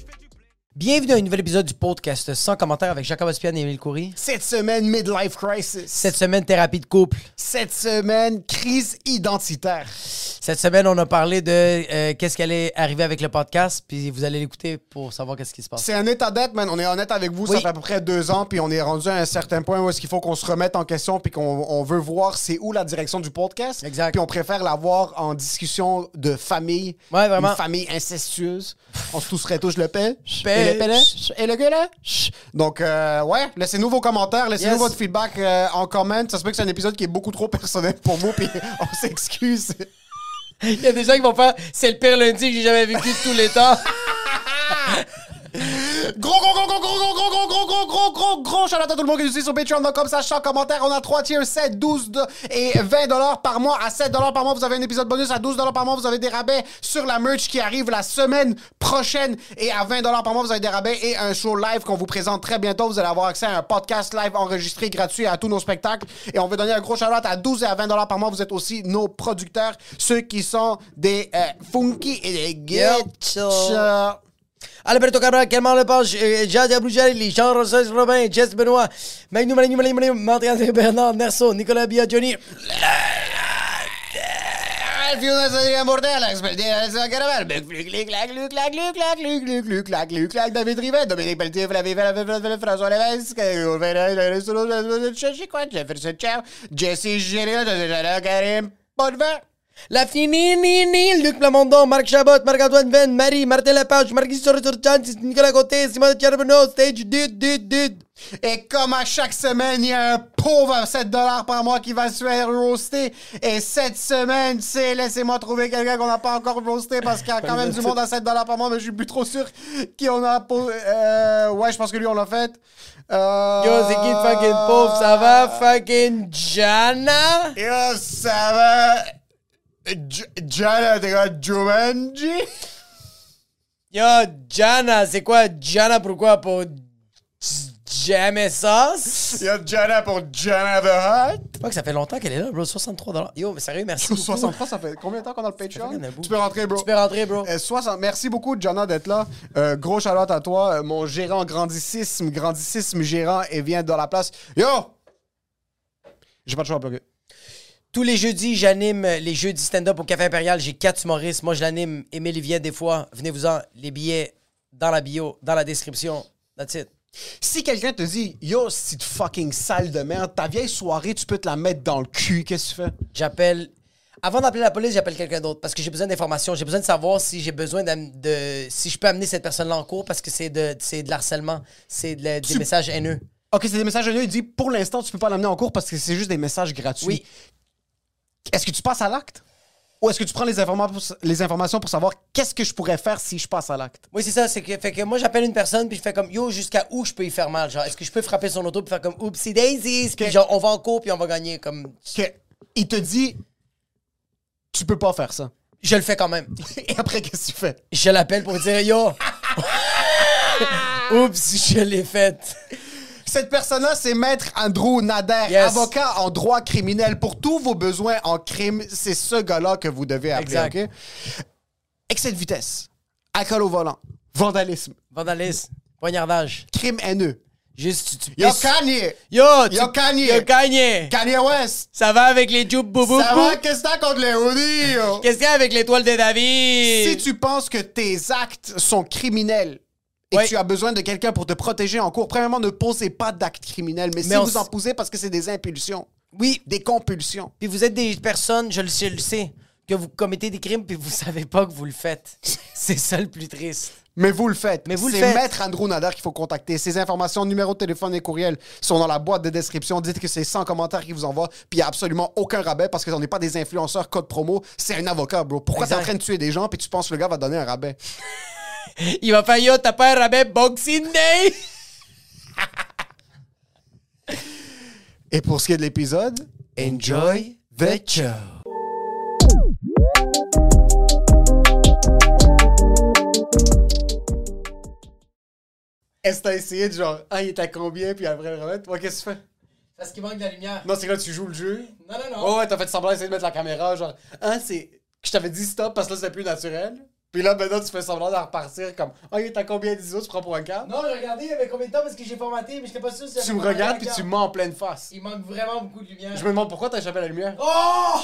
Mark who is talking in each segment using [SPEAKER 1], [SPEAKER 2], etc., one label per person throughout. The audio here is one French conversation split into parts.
[SPEAKER 1] fais du blé.
[SPEAKER 2] Bienvenue à un nouvel épisode du podcast sans commentaire avec Jacob Ospian et Émile Coury.
[SPEAKER 3] Cette semaine, midlife crisis.
[SPEAKER 2] Cette semaine, thérapie de couple.
[SPEAKER 3] Cette semaine, crise identitaire.
[SPEAKER 2] Cette semaine, on a parlé de euh, qu'est-ce qui allait arriver avec le podcast, puis vous allez l'écouter pour savoir qu'est-ce qui se passe.
[SPEAKER 3] C'est un état d'être, man. On est honnête avec vous.
[SPEAKER 2] Oui.
[SPEAKER 3] Ça fait à peu près deux ans, puis on est rendu à un certain point où est-ce qu'il faut qu'on se remette en question, puis qu'on on veut voir c'est où la direction du podcast.
[SPEAKER 2] Exact.
[SPEAKER 3] Puis on préfère l'avoir en discussion de famille.
[SPEAKER 2] Ouais, vraiment.
[SPEAKER 3] Une famille incestueuse. on se tousserait tous, je le paie.
[SPEAKER 2] paie.
[SPEAKER 3] Et le paie, là. Et le gars, là. Donc, euh, ouais, laissez-nous vos commentaires, laissez-nous
[SPEAKER 2] Yes.
[SPEAKER 3] votre feedback euh, en comment. Ça se peut que c'est un épisode qui est beaucoup trop personnel pour vous, puis on s'excuse.
[SPEAKER 2] Il y a des gens qui vont faire c'est le pire lundi que j'ai jamais vécu de tous les temps.
[SPEAKER 3] Gros, gros, gros, gros, gros, gros, gros, gros, gros, gros, gros, gros, shout out à tout le monde qui nous suit sur Patreon. Donc, comme ça, sans commentaire, on a 3 tiers, 7, 12 de- et 20 dollars par mois. À 7 dollars par mois, vous avez un épisode bonus. À 12 dollars par mois, vous avez des rabais sur la merch qui arrive la semaine prochaine. Et à 20 dollars par mois, vous avez des rabais et un show live qu'on vous présente très bientôt. Vous allez avoir accès à un podcast live enregistré gratuit à tous nos spectacles. Et on veut donner un gros shout out à 12 et à 20 dollars par mois. Vous êtes aussi nos producteurs, ceux qui sont des euh, funky et des ghetto.
[SPEAKER 2] Alberto Cabral, Kelman Lepage, euh, Jade Brugelli, Jean-Rosès Robin, Jess Benoît, Magnou Malagnou Malagnou, Martin Bernard, Nerso, Nicolas Bia, Johnny.
[SPEAKER 3] Alf Jonas och Adrian Bordell exploderade som karamell. Gluck-gluck-glack, gluck-glack, gluck-glack, gluck-gluck-glack, gluck-glack. David Rivet, Dominique Pelletier, Flavie Flavie, François Levesque, Olof Ferreira, Olof Solon, Cherchez quoi, Jefferson Cher, Jesse Géliot, Karim Potvin.
[SPEAKER 2] La Fini, Nini, Luc Plamondon, Marc Chabot, Marc-Antoine Venn, Marie, Martin Lepage, Marquis Sorturchan, Nicolas Côté, Simon Charbonneau, Stage, Dude, Dude, Dude.
[SPEAKER 3] Et comme à chaque semaine, il y a un pauvre 7 par mois qui va se faire roaster. Et cette semaine, c'est laissez-moi trouver quelqu'un qu'on n'a pas encore roasté parce qu'il y a quand même du monde à 7 par mois, mais je suis plus trop sûr qui on a. po- Euh, ouais, je pense que lui, on l'a fait. Euh...
[SPEAKER 2] Yo, c'est qui le fucking pauvre? Ça va, fucking Jana?
[SPEAKER 3] Yo, ça va. J- Jana, t'es quoi, Jumanji?
[SPEAKER 2] Yo, Jana, c'est quoi Jana? Pourquoi? Pour jamais sauce?
[SPEAKER 3] Yo, Jana pour Jana the Hut.
[SPEAKER 2] Je crois que ça fait longtemps qu'elle est là, bro. 63$. Yo, mais sérieux, merci. beaucoup.
[SPEAKER 3] 63, ça fait combien de temps qu'on a le Patreon?
[SPEAKER 2] bien un bout.
[SPEAKER 3] Tu peux rentrer, bro.
[SPEAKER 2] Tu peux rentrer, bro.
[SPEAKER 3] Euh, 60. Merci beaucoup, Jonna, d'être là. Euh, gros shout à toi. Euh, mon gérant grandicisme, grandicisme gérant, et vient dans la place. Yo! J'ai pas de choix à plugger.
[SPEAKER 2] Tous les jeudis, j'anime les jeux du stand-up au Café Impérial. J'ai quatre humoristes. Moi, je l'anime. Émile vient des fois. Venez-vous-en. Les billets dans la bio, dans la description. That's it.
[SPEAKER 3] Si quelqu'un te dit, yo, si tu fucking sale de merde, ta vieille soirée, tu peux te la mettre dans le cul, qu'est-ce que tu fais?
[SPEAKER 2] J'appelle. Avant d'appeler la police, j'appelle quelqu'un d'autre parce que j'ai besoin d'informations. J'ai besoin de savoir si j'ai besoin d'am- de. Si je peux amener cette personne-là en cours parce que c'est de, c'est de l'harcèlement. C'est de la- des
[SPEAKER 3] Tu-
[SPEAKER 2] messages haineux.
[SPEAKER 3] Ok, c'est des messages haineux. Il dit, pour l'instant, tu peux pas l'amener en cours parce que c'est juste des messages gratuits.
[SPEAKER 2] Oui.
[SPEAKER 3] Est-ce que tu passes à l'acte? Ou est-ce que tu prends les, informa- les informations pour savoir qu'est-ce que je pourrais faire si je passe à l'acte?
[SPEAKER 2] Oui, c'est ça. C'est que, fait que moi, j'appelle une personne puis je fais comme Yo, jusqu'à où je peux y faire mal Genre, est-ce que je peux frapper son auto puis faire comme Oupsie Daisies Puis
[SPEAKER 3] Ok.
[SPEAKER 2] genre, on va en cours puis on va gagner. Comme.
[SPEAKER 3] que il te dit tu peux pas faire ça.
[SPEAKER 2] Je le fais quand même.
[SPEAKER 3] Et après qu'est-ce que tu fais
[SPEAKER 2] Je l'appelle pour dire Yo Oups, je l'ai faite.
[SPEAKER 3] Cette personne-là, c'est Maître Andrew Nader,
[SPEAKER 2] Yes.
[SPEAKER 3] avocat en droit criminel. Pour tous vos besoins en crime, c'est ce gars-là que vous devez appeler.
[SPEAKER 2] Exact.
[SPEAKER 3] ok? excès de vitesse, alcool au volant, vandalisme,
[SPEAKER 2] Vandalisme, poignardage.
[SPEAKER 3] crime haineux.
[SPEAKER 2] Juste, tu, tu
[SPEAKER 3] Yo,
[SPEAKER 2] pisses-
[SPEAKER 3] Kanye!
[SPEAKER 2] Yo, tu-
[SPEAKER 3] Yo, Kanye!
[SPEAKER 2] Yo, Kanye!
[SPEAKER 3] Kanye West!
[SPEAKER 2] Ça va avec les tubes boubou?
[SPEAKER 3] Ça va, qu'est-ce que t'as contre les hoodies, yo?
[SPEAKER 2] Qu'est-ce qu'il y a avec l'étoile de David?
[SPEAKER 3] Si tu penses que tes actes sont criminels et
[SPEAKER 2] Ouais.
[SPEAKER 3] que tu as besoin de quelqu'un pour te protéger en cours, premièrement, ne posez pas d'actes criminels. Mais,
[SPEAKER 2] Mais
[SPEAKER 3] si
[SPEAKER 2] on
[SPEAKER 3] vous en
[SPEAKER 2] s-
[SPEAKER 3] posez, parce que c'est des impulsions,
[SPEAKER 2] Oui,
[SPEAKER 3] des compulsions.
[SPEAKER 2] puis vous êtes des personnes, je le sais, je le sais, que vous commettez des crimes puis vous savez pas que vous le faites. C'est ça le plus triste.
[SPEAKER 3] Mais vous le faites.
[SPEAKER 2] Mais vous le
[SPEAKER 3] C'est
[SPEAKER 2] faites.
[SPEAKER 3] Maître Andrew Nader qu'il faut contacter. Ses informations, numéro de téléphone et courriel sont dans la boîte de description. Dites que c'est 100 commentaires qu'il vous envoie, puis il n'y a absolument aucun rabais parce que on n'est pas des influenceurs code promo. C'est un avocat, bro. Pourquoi t'es en
[SPEAKER 2] Exact.
[SPEAKER 3] train de tuer des gens puis tu penses que le gars va te donner un rabais?
[SPEAKER 2] Il va faire yo, t'as pas un rabais Boxing Day?
[SPEAKER 3] Et pour ce qui est de l'épisode, enjoy the show. Est-ce que t'as essayé de genre, ah, il est à combien, puis après le remettre? Ouais, qu'est-ce que tu fais?
[SPEAKER 2] Parce qu'il manque de la lumière.
[SPEAKER 3] Non, c'est que là, tu joues le jeu.
[SPEAKER 2] Non, non, non.
[SPEAKER 3] Ouais, ouais, t'as fait semblant d'essayer de mettre la caméra, genre, hein, c'est. Je t'avais dit stop parce que là, c'est plus naturel. Puis là, maintenant, tu fais semblant de repartir comme, ah, il est à combien, 10 autres, tu prends pour un cadre.
[SPEAKER 2] Non, j'ai regardé il y avait combien de temps parce que j'ai formaté, mais j'étais pas sûr si
[SPEAKER 3] Tu me regardes, puis tu mens en pleine face.
[SPEAKER 2] Il manque vraiment beaucoup de lumière.
[SPEAKER 3] Je me demande pourquoi t'as échappé à la lumière.
[SPEAKER 2] Oh!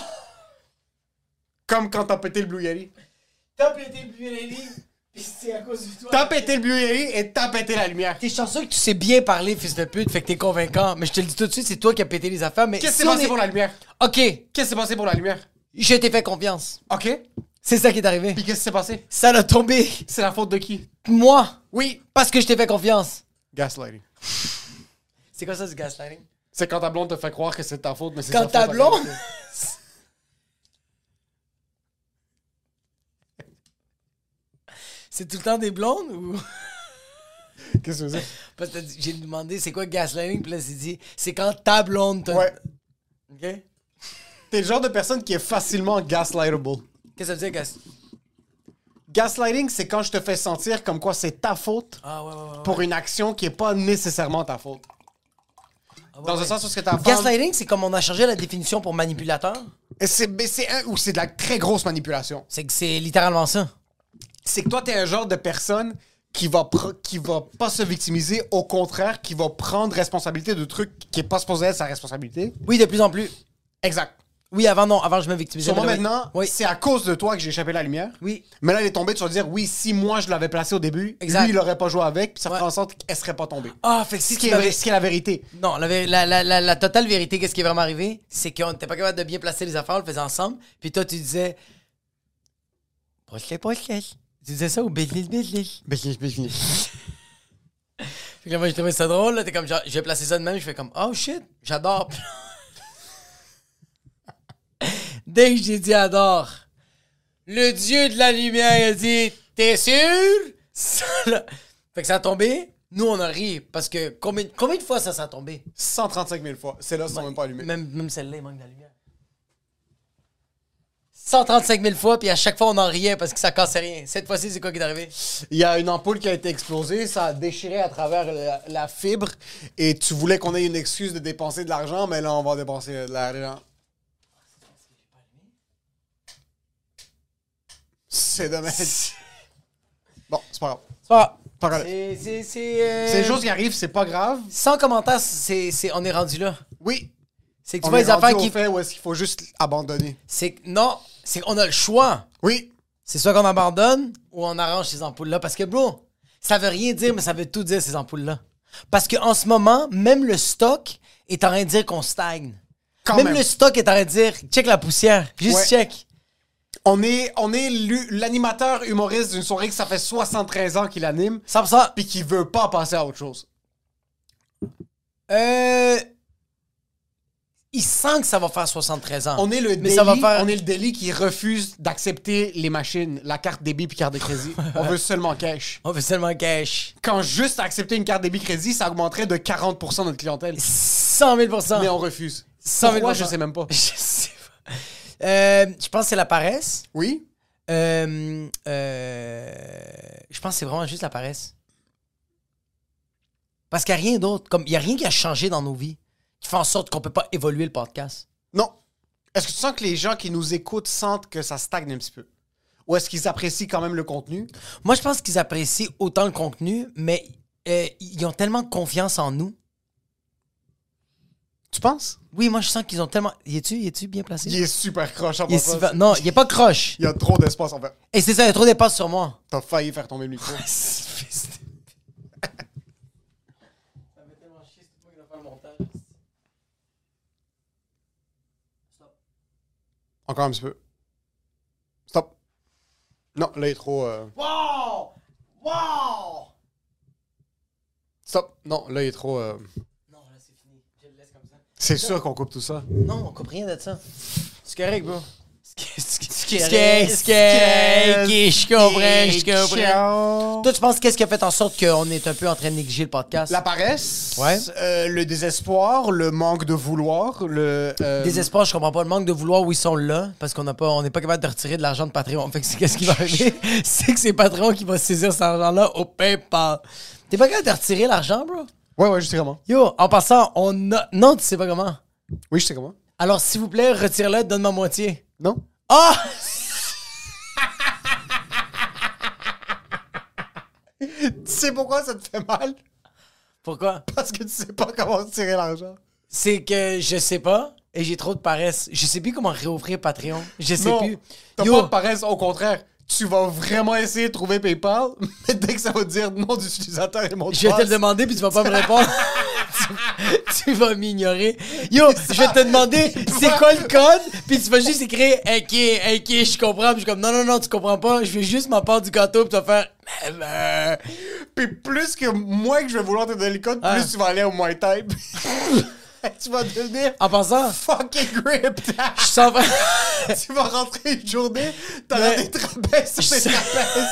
[SPEAKER 3] Comme quand t'as pété le Blue Yeti.
[SPEAKER 2] T'as pété le Pirelli, pis c'est à cause de toi.
[SPEAKER 3] T'as pété le Blue Yeti et t'as pété la lumière.
[SPEAKER 2] T'es chanceux que tu sais bien parler, fils de pute, fait que t'es convaincant. Mais je te le dis tout de suite, c'est toi qui as pété les affaires. Mais
[SPEAKER 3] Qu'est-ce
[SPEAKER 2] si
[SPEAKER 3] qui s'est
[SPEAKER 2] on
[SPEAKER 3] passé
[SPEAKER 2] est-
[SPEAKER 3] pour la lumière?
[SPEAKER 2] Ok,
[SPEAKER 3] Qu'est-ce qui s'est passé pour la lumière?
[SPEAKER 2] je t'ai fait confiance.
[SPEAKER 3] OK.
[SPEAKER 2] C'est ça qui est arrivé.
[SPEAKER 3] Puis qu'est-ce qui s'est passé?
[SPEAKER 2] Ça l'a tombé.
[SPEAKER 3] C'est la faute de qui?
[SPEAKER 2] Moi,
[SPEAKER 3] Oui.
[SPEAKER 2] parce que je t'ai fait confiance.
[SPEAKER 3] Gaslighting.
[SPEAKER 2] C'est quoi ça du gaslighting?
[SPEAKER 3] C'est quand ta blonde te fait croire que c'est de ta faute, mais c'est
[SPEAKER 2] Quand
[SPEAKER 3] sa
[SPEAKER 2] ta
[SPEAKER 3] faute en
[SPEAKER 2] blonde.
[SPEAKER 3] réalité.
[SPEAKER 2] C'est tout le temps des blondes ou.
[SPEAKER 3] Qu'est-ce que c'est?
[SPEAKER 2] Parce que t'as dit- j'ai demandé c'est quoi gaslighting, puis là c'est dit c'est quand ta blonde te.
[SPEAKER 3] Ouais.
[SPEAKER 2] Ok? Qu'est-ce
[SPEAKER 3] Euh, T'es le genre de personne qui est facilement gaslightable.
[SPEAKER 2] que ça veut dire gas?
[SPEAKER 3] Gaslighting, c'est quand je te fais sentir comme quoi c'est ta faute
[SPEAKER 2] Ah ouais, ouais, ouais.
[SPEAKER 3] pour une action qui est pas nécessairement ta faute.
[SPEAKER 2] Ah
[SPEAKER 3] Dans un sens où ce que ta femme...
[SPEAKER 2] Gaslighting, c'est comme on a changé la définition pour manipulateur.
[SPEAKER 3] C'est mais c'est un ou c'est de la très grosse manipulation.
[SPEAKER 2] C'est que c'est littéralement ça.
[SPEAKER 3] c'est que toi, t'es un genre de personne qui va, pr- qui va pas se victimiser, au contraire, qui va prendre responsabilité de trucs qui est pas supposé être sa responsabilité.
[SPEAKER 2] Oui, de plus en plus.
[SPEAKER 3] Exact.
[SPEAKER 2] Oui, avant non, avant je me victimisais.
[SPEAKER 3] Sûrement
[SPEAKER 2] mais là, oui.
[SPEAKER 3] maintenant,
[SPEAKER 2] Oui.
[SPEAKER 3] c'est à cause de toi que j'ai échappé la lumière.
[SPEAKER 2] Oui.
[SPEAKER 3] Mais là, elle est tombée, tu vas dire, oui, si moi je l'avais placé au début,
[SPEAKER 2] Exact.
[SPEAKER 3] lui, il aurait pas joué avec, puis ça
[SPEAKER 2] Ouais.
[SPEAKER 3] ferait en sorte qu'elle serait pas tombée.
[SPEAKER 2] Ah, fait que c'est
[SPEAKER 3] ce,
[SPEAKER 2] ce
[SPEAKER 3] qui est,
[SPEAKER 2] qui m'avait-
[SPEAKER 3] vrai- ce qui est la vérité.
[SPEAKER 2] Non, la, vé- la, la, la, la totale vérité, qu'est-ce qui est vraiment arrivé, c'est qu'on n'était pas capable de bien placer les affaires, on le faisait ensemble. Puis toi, tu disais. Proche-les, proche-les. Tu disais ça ou business, business. Fait que là, moi, j'ai trouvé ça drôle. là. T'es comme, genre, je vais placer ça de même. Je fais comme, oh shit, j'adore. Dès que j'ai dit adore, le dieu de la lumière a dit, t'es sûr? Ça, là. Fait que ça a tombé. Nous, on a ri parce que combien, combien de fois ça s'est tombé?
[SPEAKER 3] 135 000 fois. C'est là, ils sont même pas allumés.
[SPEAKER 2] Même, même celle-là, il manque de la lumière. 135 000 fois, puis à chaque fois, on en riait parce que ça cassait rien. Cette fois-ci, c'est quoi qui est arrivé?
[SPEAKER 3] Il y a une ampoule qui a été explosée, ça a déchiré à travers la, la fibre, et tu voulais qu'on ait une excuse de dépenser de l'argent, mais là, on va dépenser de l'argent. C'est dommage. Bon, c'est pas grave.
[SPEAKER 2] Ah,
[SPEAKER 3] Pas grave.
[SPEAKER 2] c'est- c'est- c'est, euh,
[SPEAKER 3] C'est des choses qui arrivent, c'est pas grave.
[SPEAKER 2] Sans commentaire, c'est, c'est- on est rendu là.
[SPEAKER 3] Oui.
[SPEAKER 2] C'est que tu
[SPEAKER 3] On
[SPEAKER 2] vois
[SPEAKER 3] est
[SPEAKER 2] les affaires
[SPEAKER 3] rendu
[SPEAKER 2] qui.
[SPEAKER 3] au fait où est-ce qu'il faut juste abandonner.
[SPEAKER 2] C'est que- non, c'est qu'on a le choix.
[SPEAKER 3] Oui.
[SPEAKER 2] C'est soit qu'on abandonne ou on arrange ces ampoules-là. Parce que, bro, ça veut rien dire, mais ça veut tout dire, ces ampoules-là. Parce qu'en ce moment, même le stock est en train de dire qu'on stagne.
[SPEAKER 3] Quand
[SPEAKER 2] même,
[SPEAKER 3] même.
[SPEAKER 2] le stock est en train de dire check la poussière. Juste
[SPEAKER 3] Ouais.
[SPEAKER 2] check.
[SPEAKER 3] On est, on est lu- l'animateur humoriste d'une soirée que ça fait 73 ans qu'il anime,
[SPEAKER 2] 100%.
[SPEAKER 3] puis qui veut pas passer à autre chose.
[SPEAKER 2] Euh. Il sent que ça va faire 73 ans.
[SPEAKER 3] On est le
[SPEAKER 2] Ah. Mais
[SPEAKER 3] délit,
[SPEAKER 2] ça va faire-
[SPEAKER 3] on est le délit qui refuse d'accepter les machines, la carte débit puis carte de crédit. on veut seulement cash.
[SPEAKER 2] On fait seulement cash.
[SPEAKER 3] Quand juste accepter une carte débit crédit, ça augmenterait de 40% notre clientèle.
[SPEAKER 2] 100 000
[SPEAKER 3] Mais on refuse.
[SPEAKER 2] 100 000
[SPEAKER 3] Pourquoi je sais même pas.
[SPEAKER 2] Je sais pas. Euh, je pense que c'est la paresse.
[SPEAKER 3] Oui,
[SPEAKER 2] Euh, euh, je pense que c'est vraiment juste la paresse. Parce qu'il n'y a rien d'autre. Comme, il n'y a rien qui a changé dans nos vies qui fait en sorte qu'on peut pas évoluer le podcast.
[SPEAKER 3] non. Est-ce que tu sens que les gens qui nous écoutent sentent que ça stagne un petit peu Ou est-ce qu'ils apprécient quand même le contenu?
[SPEAKER 2] Moi, je pense qu'ils apprécient autant le contenu, mais euh, ils ont tellement confiance en nous.
[SPEAKER 3] Tu penses?
[SPEAKER 2] Oui, moi, je sens qu'ils ont tellement. Y est-tu, y est-tu bien placé?
[SPEAKER 3] Il est super croche en
[SPEAKER 2] Il est
[SPEAKER 3] passant.
[SPEAKER 2] super- Non, il est pas croche.
[SPEAKER 3] Il y a trop d'espace en fait.
[SPEAKER 2] Et c'est ça, il y a trop d'épasse sur moi.
[SPEAKER 3] T'as failli faire tomber le micro. Encore un petit peu. Stop. Non, là, il est trop. euh,
[SPEAKER 2] Wow! Wow!
[SPEAKER 3] Stop. Non, là, il est trop. euh,
[SPEAKER 2] Non, là, c'est fini. Je le laisse comme ça.
[SPEAKER 3] C'est sûr qu'on coupe tout ça.
[SPEAKER 2] Non, on coupe rien de ça. C'est correct, bro. Skate, skate,
[SPEAKER 3] correct, skate,
[SPEAKER 2] je comprends, je
[SPEAKER 3] skate,
[SPEAKER 2] comprends.
[SPEAKER 3] ciao.
[SPEAKER 2] Toi, tu penses qu'est-ce qui a fait en sorte qu'on est un peu en train de négliger le podcast?
[SPEAKER 3] La paresse,
[SPEAKER 2] Ouais.
[SPEAKER 3] euh, le désespoir, le manque de vouloir, le. euh,
[SPEAKER 2] Désespoir, je comprends pas le manque de vouloir où ils sont là parce qu'on n'a pas, on n'est pas capable de retirer de l'argent de Patreon. Fait que c'est qu'est-ce qui va arriver C'est que c'est Patreon qui va saisir cet argent-là au PayPal. T'es pas capable de retirer l'argent, bro
[SPEAKER 3] Ouais, ouais, je sais comment.
[SPEAKER 2] Yo, en passant, on a, non, tu sais pas comment.
[SPEAKER 3] Oui, je sais comment.
[SPEAKER 2] Alors s'il vous plaît, retire-le, donne-moi moitié.
[SPEAKER 3] Non?
[SPEAKER 2] Ah
[SPEAKER 3] Tu sais pourquoi ça te fait mal?
[SPEAKER 2] Pourquoi
[SPEAKER 3] Parce que tu sais pas comment tirer l'argent.
[SPEAKER 2] C'est que je sais pas et j'ai trop de paresse. Je sais plus comment réouvrir Patreon. Je sais
[SPEAKER 3] Non,
[SPEAKER 2] plus.
[SPEAKER 3] T'as
[SPEAKER 2] Yo,
[SPEAKER 3] pas de paresse, au contraire. Tu vas vraiment essayer de trouver PayPal, mais dès que ça va te dire nom d'utilisateur et mot de
[SPEAKER 2] Je vais te
[SPEAKER 3] passe,
[SPEAKER 2] le demander puis tu vas pas me répondre. tu, tu vas m'ignorer. Yo, je vais te demander c'est quoi le code puis tu vas juste écrire OK, OK, je comprends. Puis je suis comme non non non, tu comprends pas, je veux juste ma part du gâteau puis tu vas faire Mais, euh,
[SPEAKER 3] Puis plus que moi que je vais vouloir te donner le code,
[SPEAKER 2] Ouais.
[SPEAKER 3] plus tu vas aller au Muay Thai. tu vas devenir
[SPEAKER 2] en passant,
[SPEAKER 3] fucking gripped.
[SPEAKER 2] je sens
[SPEAKER 3] tu vas rentrer une journée, t'auras
[SPEAKER 2] Mais-
[SPEAKER 3] des trapèzes sur tes trapèzes.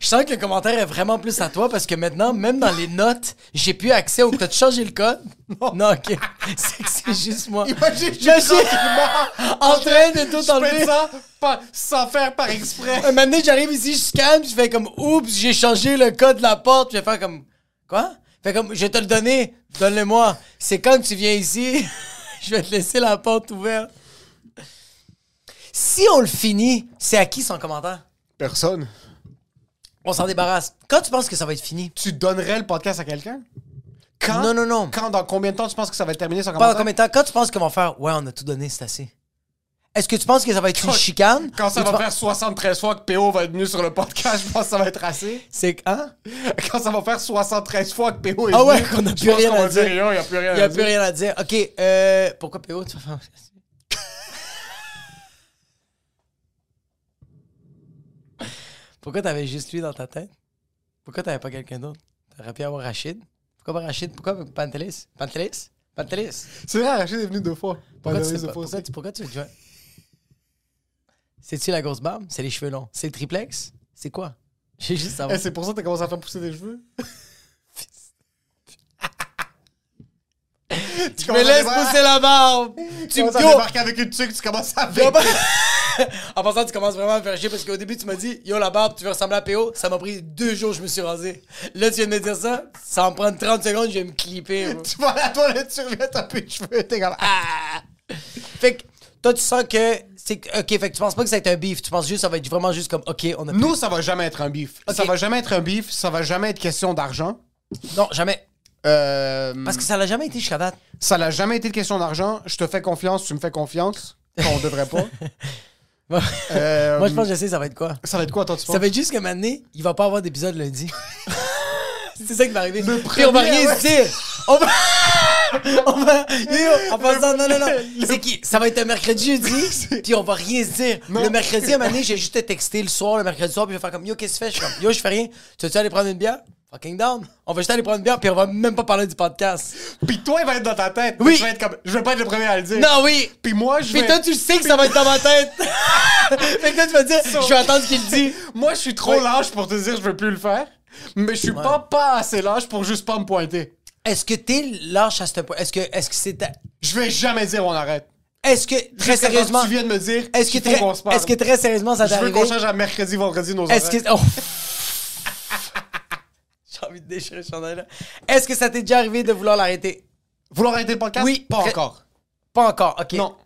[SPEAKER 2] Je sens que le commentaire est vraiment plus à toi parce que maintenant, même dans les notes, j'ai plus accès au code. T'as changé le code? Non. ok. C'est que c'est juste moi.
[SPEAKER 3] Imagine, je
[SPEAKER 2] Je suis-
[SPEAKER 3] suis tranquillement
[SPEAKER 2] en train de tout
[SPEAKER 3] Je fais
[SPEAKER 2] enlever.
[SPEAKER 3] ça par- sans faire par exprès.
[SPEAKER 2] Un moment donné, j'arrive ici, je scanne, puis je fais comme oups, j'ai changé le code de la porte, puis je vais faire comme quoi Fait comme je vais te le donner, donne-le-moi. C'est quand que tu viens ici, je vais te laisser la porte ouverte. Si on le finit, c'est à qui son commentaire
[SPEAKER 3] Personne.
[SPEAKER 2] On s'en débarrasse. Quand tu penses que ça va être fini
[SPEAKER 3] Tu donnerais le podcast à quelqu'un? Quand?
[SPEAKER 2] Non, non, non.
[SPEAKER 3] Quand, dans combien de temps tu penses que ça va être terminé sans
[SPEAKER 2] Pendant
[SPEAKER 3] commentaire?
[SPEAKER 2] combien de temps Quand tu penses qu'on va faire ouais, on a tout donné, c'est assez. Est-ce que tu penses que ça va être une chicane
[SPEAKER 3] Quand ça
[SPEAKER 2] Ou tu
[SPEAKER 3] va
[SPEAKER 2] penses-
[SPEAKER 3] faire 73 fois que PO va être venu sur le podcast, je pense que ça va être assez.
[SPEAKER 2] c'est que- hein
[SPEAKER 3] Quand ça va faire 73 fois que PO est
[SPEAKER 2] Ah ouais,
[SPEAKER 3] venu,
[SPEAKER 2] qu'on a
[SPEAKER 3] je
[SPEAKER 2] plus
[SPEAKER 3] pense
[SPEAKER 2] rien
[SPEAKER 3] qu'on
[SPEAKER 2] à
[SPEAKER 3] va
[SPEAKER 2] dire.
[SPEAKER 3] Yo, Il n'y a plus rien
[SPEAKER 2] Il n'y
[SPEAKER 3] à
[SPEAKER 2] a
[SPEAKER 3] dire.
[SPEAKER 2] plus rien à dire. OK, euh, pourquoi PO tu vas faire- Pourquoi t'avais juste lui dans ta tête? Pourquoi t'avais pas quelqu'un d'autre? T'aurais pu avoir Rachid? Pourquoi pas Rachid? Pourquoi Pantelis? Pantelis? Pantelis?
[SPEAKER 3] C'est vrai, Rachid est Ah, venu deux fois.
[SPEAKER 2] Pourquoi,
[SPEAKER 3] Pendant
[SPEAKER 2] tu,
[SPEAKER 3] les
[SPEAKER 2] fais pas-
[SPEAKER 3] deux fois
[SPEAKER 2] pourquoi
[SPEAKER 3] aussi.
[SPEAKER 2] tu- pourquoi tu veux te joindre? C'est-tu la grosse barbe? C'est les cheveux longs? C'est le triplex? C'est quoi? J'ai juste
[SPEAKER 3] Eh,
[SPEAKER 2] savoir.
[SPEAKER 3] C'est pour ça que t'as commencé à faire pousser des cheveux. tu
[SPEAKER 2] Mais laisse pousser la barbe! Tu
[SPEAKER 3] Tu
[SPEAKER 2] me
[SPEAKER 3] commences à débarquer avec une tuque, tu commences à
[SPEAKER 2] Yo,
[SPEAKER 3] faire.
[SPEAKER 2] bah- en passant, tu commences vraiment à me faire chier parce qu'au début, tu m'as dit Yo, la barbe, tu veux ressembler à PO Ça m'a pris deux jours, je me suis rasé. Là, tu viens de me dire ça, ça va me prendre 30 secondes, je vais me clipper. bro.
[SPEAKER 3] Tu vas à la toilette, tu reviens, t'as plus de cheveux, t'es comme. Ah!
[SPEAKER 2] fait que toi, tu sens que. c'est que- Ok, fait que tu penses pas que ça va être un beef, tu penses juste que ça va être vraiment juste comme Ok, on a.
[SPEAKER 3] Nous, ça va jamais être un bif. Ça
[SPEAKER 2] Ok.
[SPEAKER 3] va jamais être un bif, ça va jamais être question d'argent.
[SPEAKER 2] Non, jamais.
[SPEAKER 3] Euh,
[SPEAKER 2] Parce que ça l'a jamais été jusqu'à date.
[SPEAKER 3] ça n'a jamais été de question d'argent. Je te fais confiance, tu me fais confiance. On devrait pas. Euh,
[SPEAKER 2] Moi, je pense que je sais, ça va être quoi
[SPEAKER 3] Ça va être quoi, toi, tu penses?
[SPEAKER 2] Ça va être juste que maintenant, il va pas avoir d'épisode lundi. c'est ça qui va arriver.
[SPEAKER 3] Le
[SPEAKER 2] Puis on va
[SPEAKER 3] premier,
[SPEAKER 2] rien
[SPEAKER 3] ouais.
[SPEAKER 2] se dire. On va. on va. Yo, yo, en passant, non, non, non. C'est qui Ça va être un mercredi, jeudi. puis on va rien se dire. Le mercredi, à un moment donné, j'ai juste te texter le soir, le mercredi soir, puis je vais faire comme Yo, qu'est-ce que tu fais Je suis comme Yo, je fais rien. Tu veux-tu aller prendre une bière Fucking down. On va juste aller prendre une bière, puis on va même pas parler du podcast.
[SPEAKER 3] Puis toi, il va être dans ta tête.
[SPEAKER 2] Oui.
[SPEAKER 3] Tu vas être comme. Je vais pas être le premier à le dire.
[SPEAKER 2] Non, oui.
[SPEAKER 3] Puis moi, je
[SPEAKER 2] Puis
[SPEAKER 3] vais.
[SPEAKER 2] toi, tu le sais que ça va être dans ma tête. fait que toi, tu vas dire Je vais attendre ce qu'il dit.
[SPEAKER 3] Moi, je suis trop
[SPEAKER 2] Ouais.
[SPEAKER 3] lâche pour te dire je veux plus le faire, mais je suis pas, pas assez lâche pour juste pas me pointer.
[SPEAKER 2] Est-ce que t'es lâche à ce point Est-ce que est-ce que c'est ta-
[SPEAKER 3] Je vais jamais dire on arrête.
[SPEAKER 2] Est-ce que très
[SPEAKER 3] Jusqu'à temps
[SPEAKER 2] sérieusement,
[SPEAKER 3] que tu viens de me dire
[SPEAKER 2] est-ce que
[SPEAKER 3] qu'il faut
[SPEAKER 2] très,
[SPEAKER 3] qu'on se parle.
[SPEAKER 2] est-ce que très sérieusement ça t'est
[SPEAKER 3] Je veux
[SPEAKER 2] arrivé
[SPEAKER 3] qu'on change à mercredi, vendredi nos
[SPEAKER 2] Est-ce
[SPEAKER 3] horaires.
[SPEAKER 2] que oh. j'ai envie de déchirer le chandail là. Est-ce que ça t'est déjà arrivé de vouloir l'arrêter
[SPEAKER 3] Vouloir arrêter le podcast
[SPEAKER 2] Oui.
[SPEAKER 3] Pas
[SPEAKER 2] Très-
[SPEAKER 3] encore.
[SPEAKER 2] Pas encore, ok.
[SPEAKER 3] Non.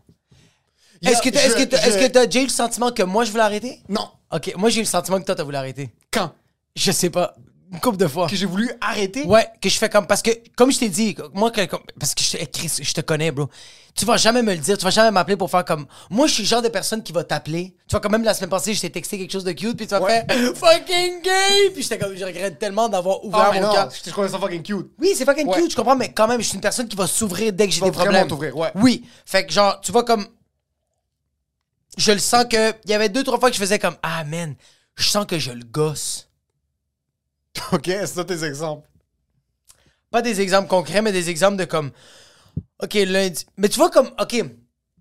[SPEAKER 3] Il y a-
[SPEAKER 2] Est-ce que t'as- est-ce que
[SPEAKER 3] je-
[SPEAKER 2] t'as- est-ce
[SPEAKER 3] je-
[SPEAKER 2] que t'as déjà eu le sentiment que moi je voulais arrêter?
[SPEAKER 3] Non.
[SPEAKER 2] Ok, moi j'ai eu le sentiment que toi t'as voulu arrêter.
[SPEAKER 3] Quand
[SPEAKER 2] Je sais pas. Une couple de fois.
[SPEAKER 3] Que j'ai voulu arrêter
[SPEAKER 2] Ah. Ouais, que je fais comme. Parce que, comme je t'ai dit, moi, que- comme- parce que je, te- Chris, je te connais, bro. Tu vas jamais me le dire, tu vas jamais m'appeler pour faire comme. Moi, je suis le genre de personne qui va t'appeler. Tu vois, quand même, la semaine passée, je t'ai texté quelque chose de cute, puis tu vas faire fucking gay! Puis j'étais comme, je regrette tellement d'avoir
[SPEAKER 3] Ah,
[SPEAKER 2] ouvert
[SPEAKER 3] mais
[SPEAKER 2] mon
[SPEAKER 3] non,
[SPEAKER 2] cœur.
[SPEAKER 3] je, je trouvais ça fucking cute.
[SPEAKER 2] Oui, c'est fucking
[SPEAKER 3] Ouais.
[SPEAKER 2] cute, je comprends, mais quand même, je suis une personne qui va s'ouvrir dès que j'ai
[SPEAKER 3] vas
[SPEAKER 2] des
[SPEAKER 3] vraiment
[SPEAKER 2] problèmes.
[SPEAKER 3] t'ouvrir, ouais.
[SPEAKER 2] Oui. Fait que, genre, tu vois, comme. Je le sens que. Il y avait deux, trois fois que je faisais comme, ah, man, je sens que je le gosse.
[SPEAKER 3] Ok, c'est ça tes exemples.
[SPEAKER 2] pas des exemples concrets, mais des exemples de comme, OK, lundi. Mais tu vois, comme, OK,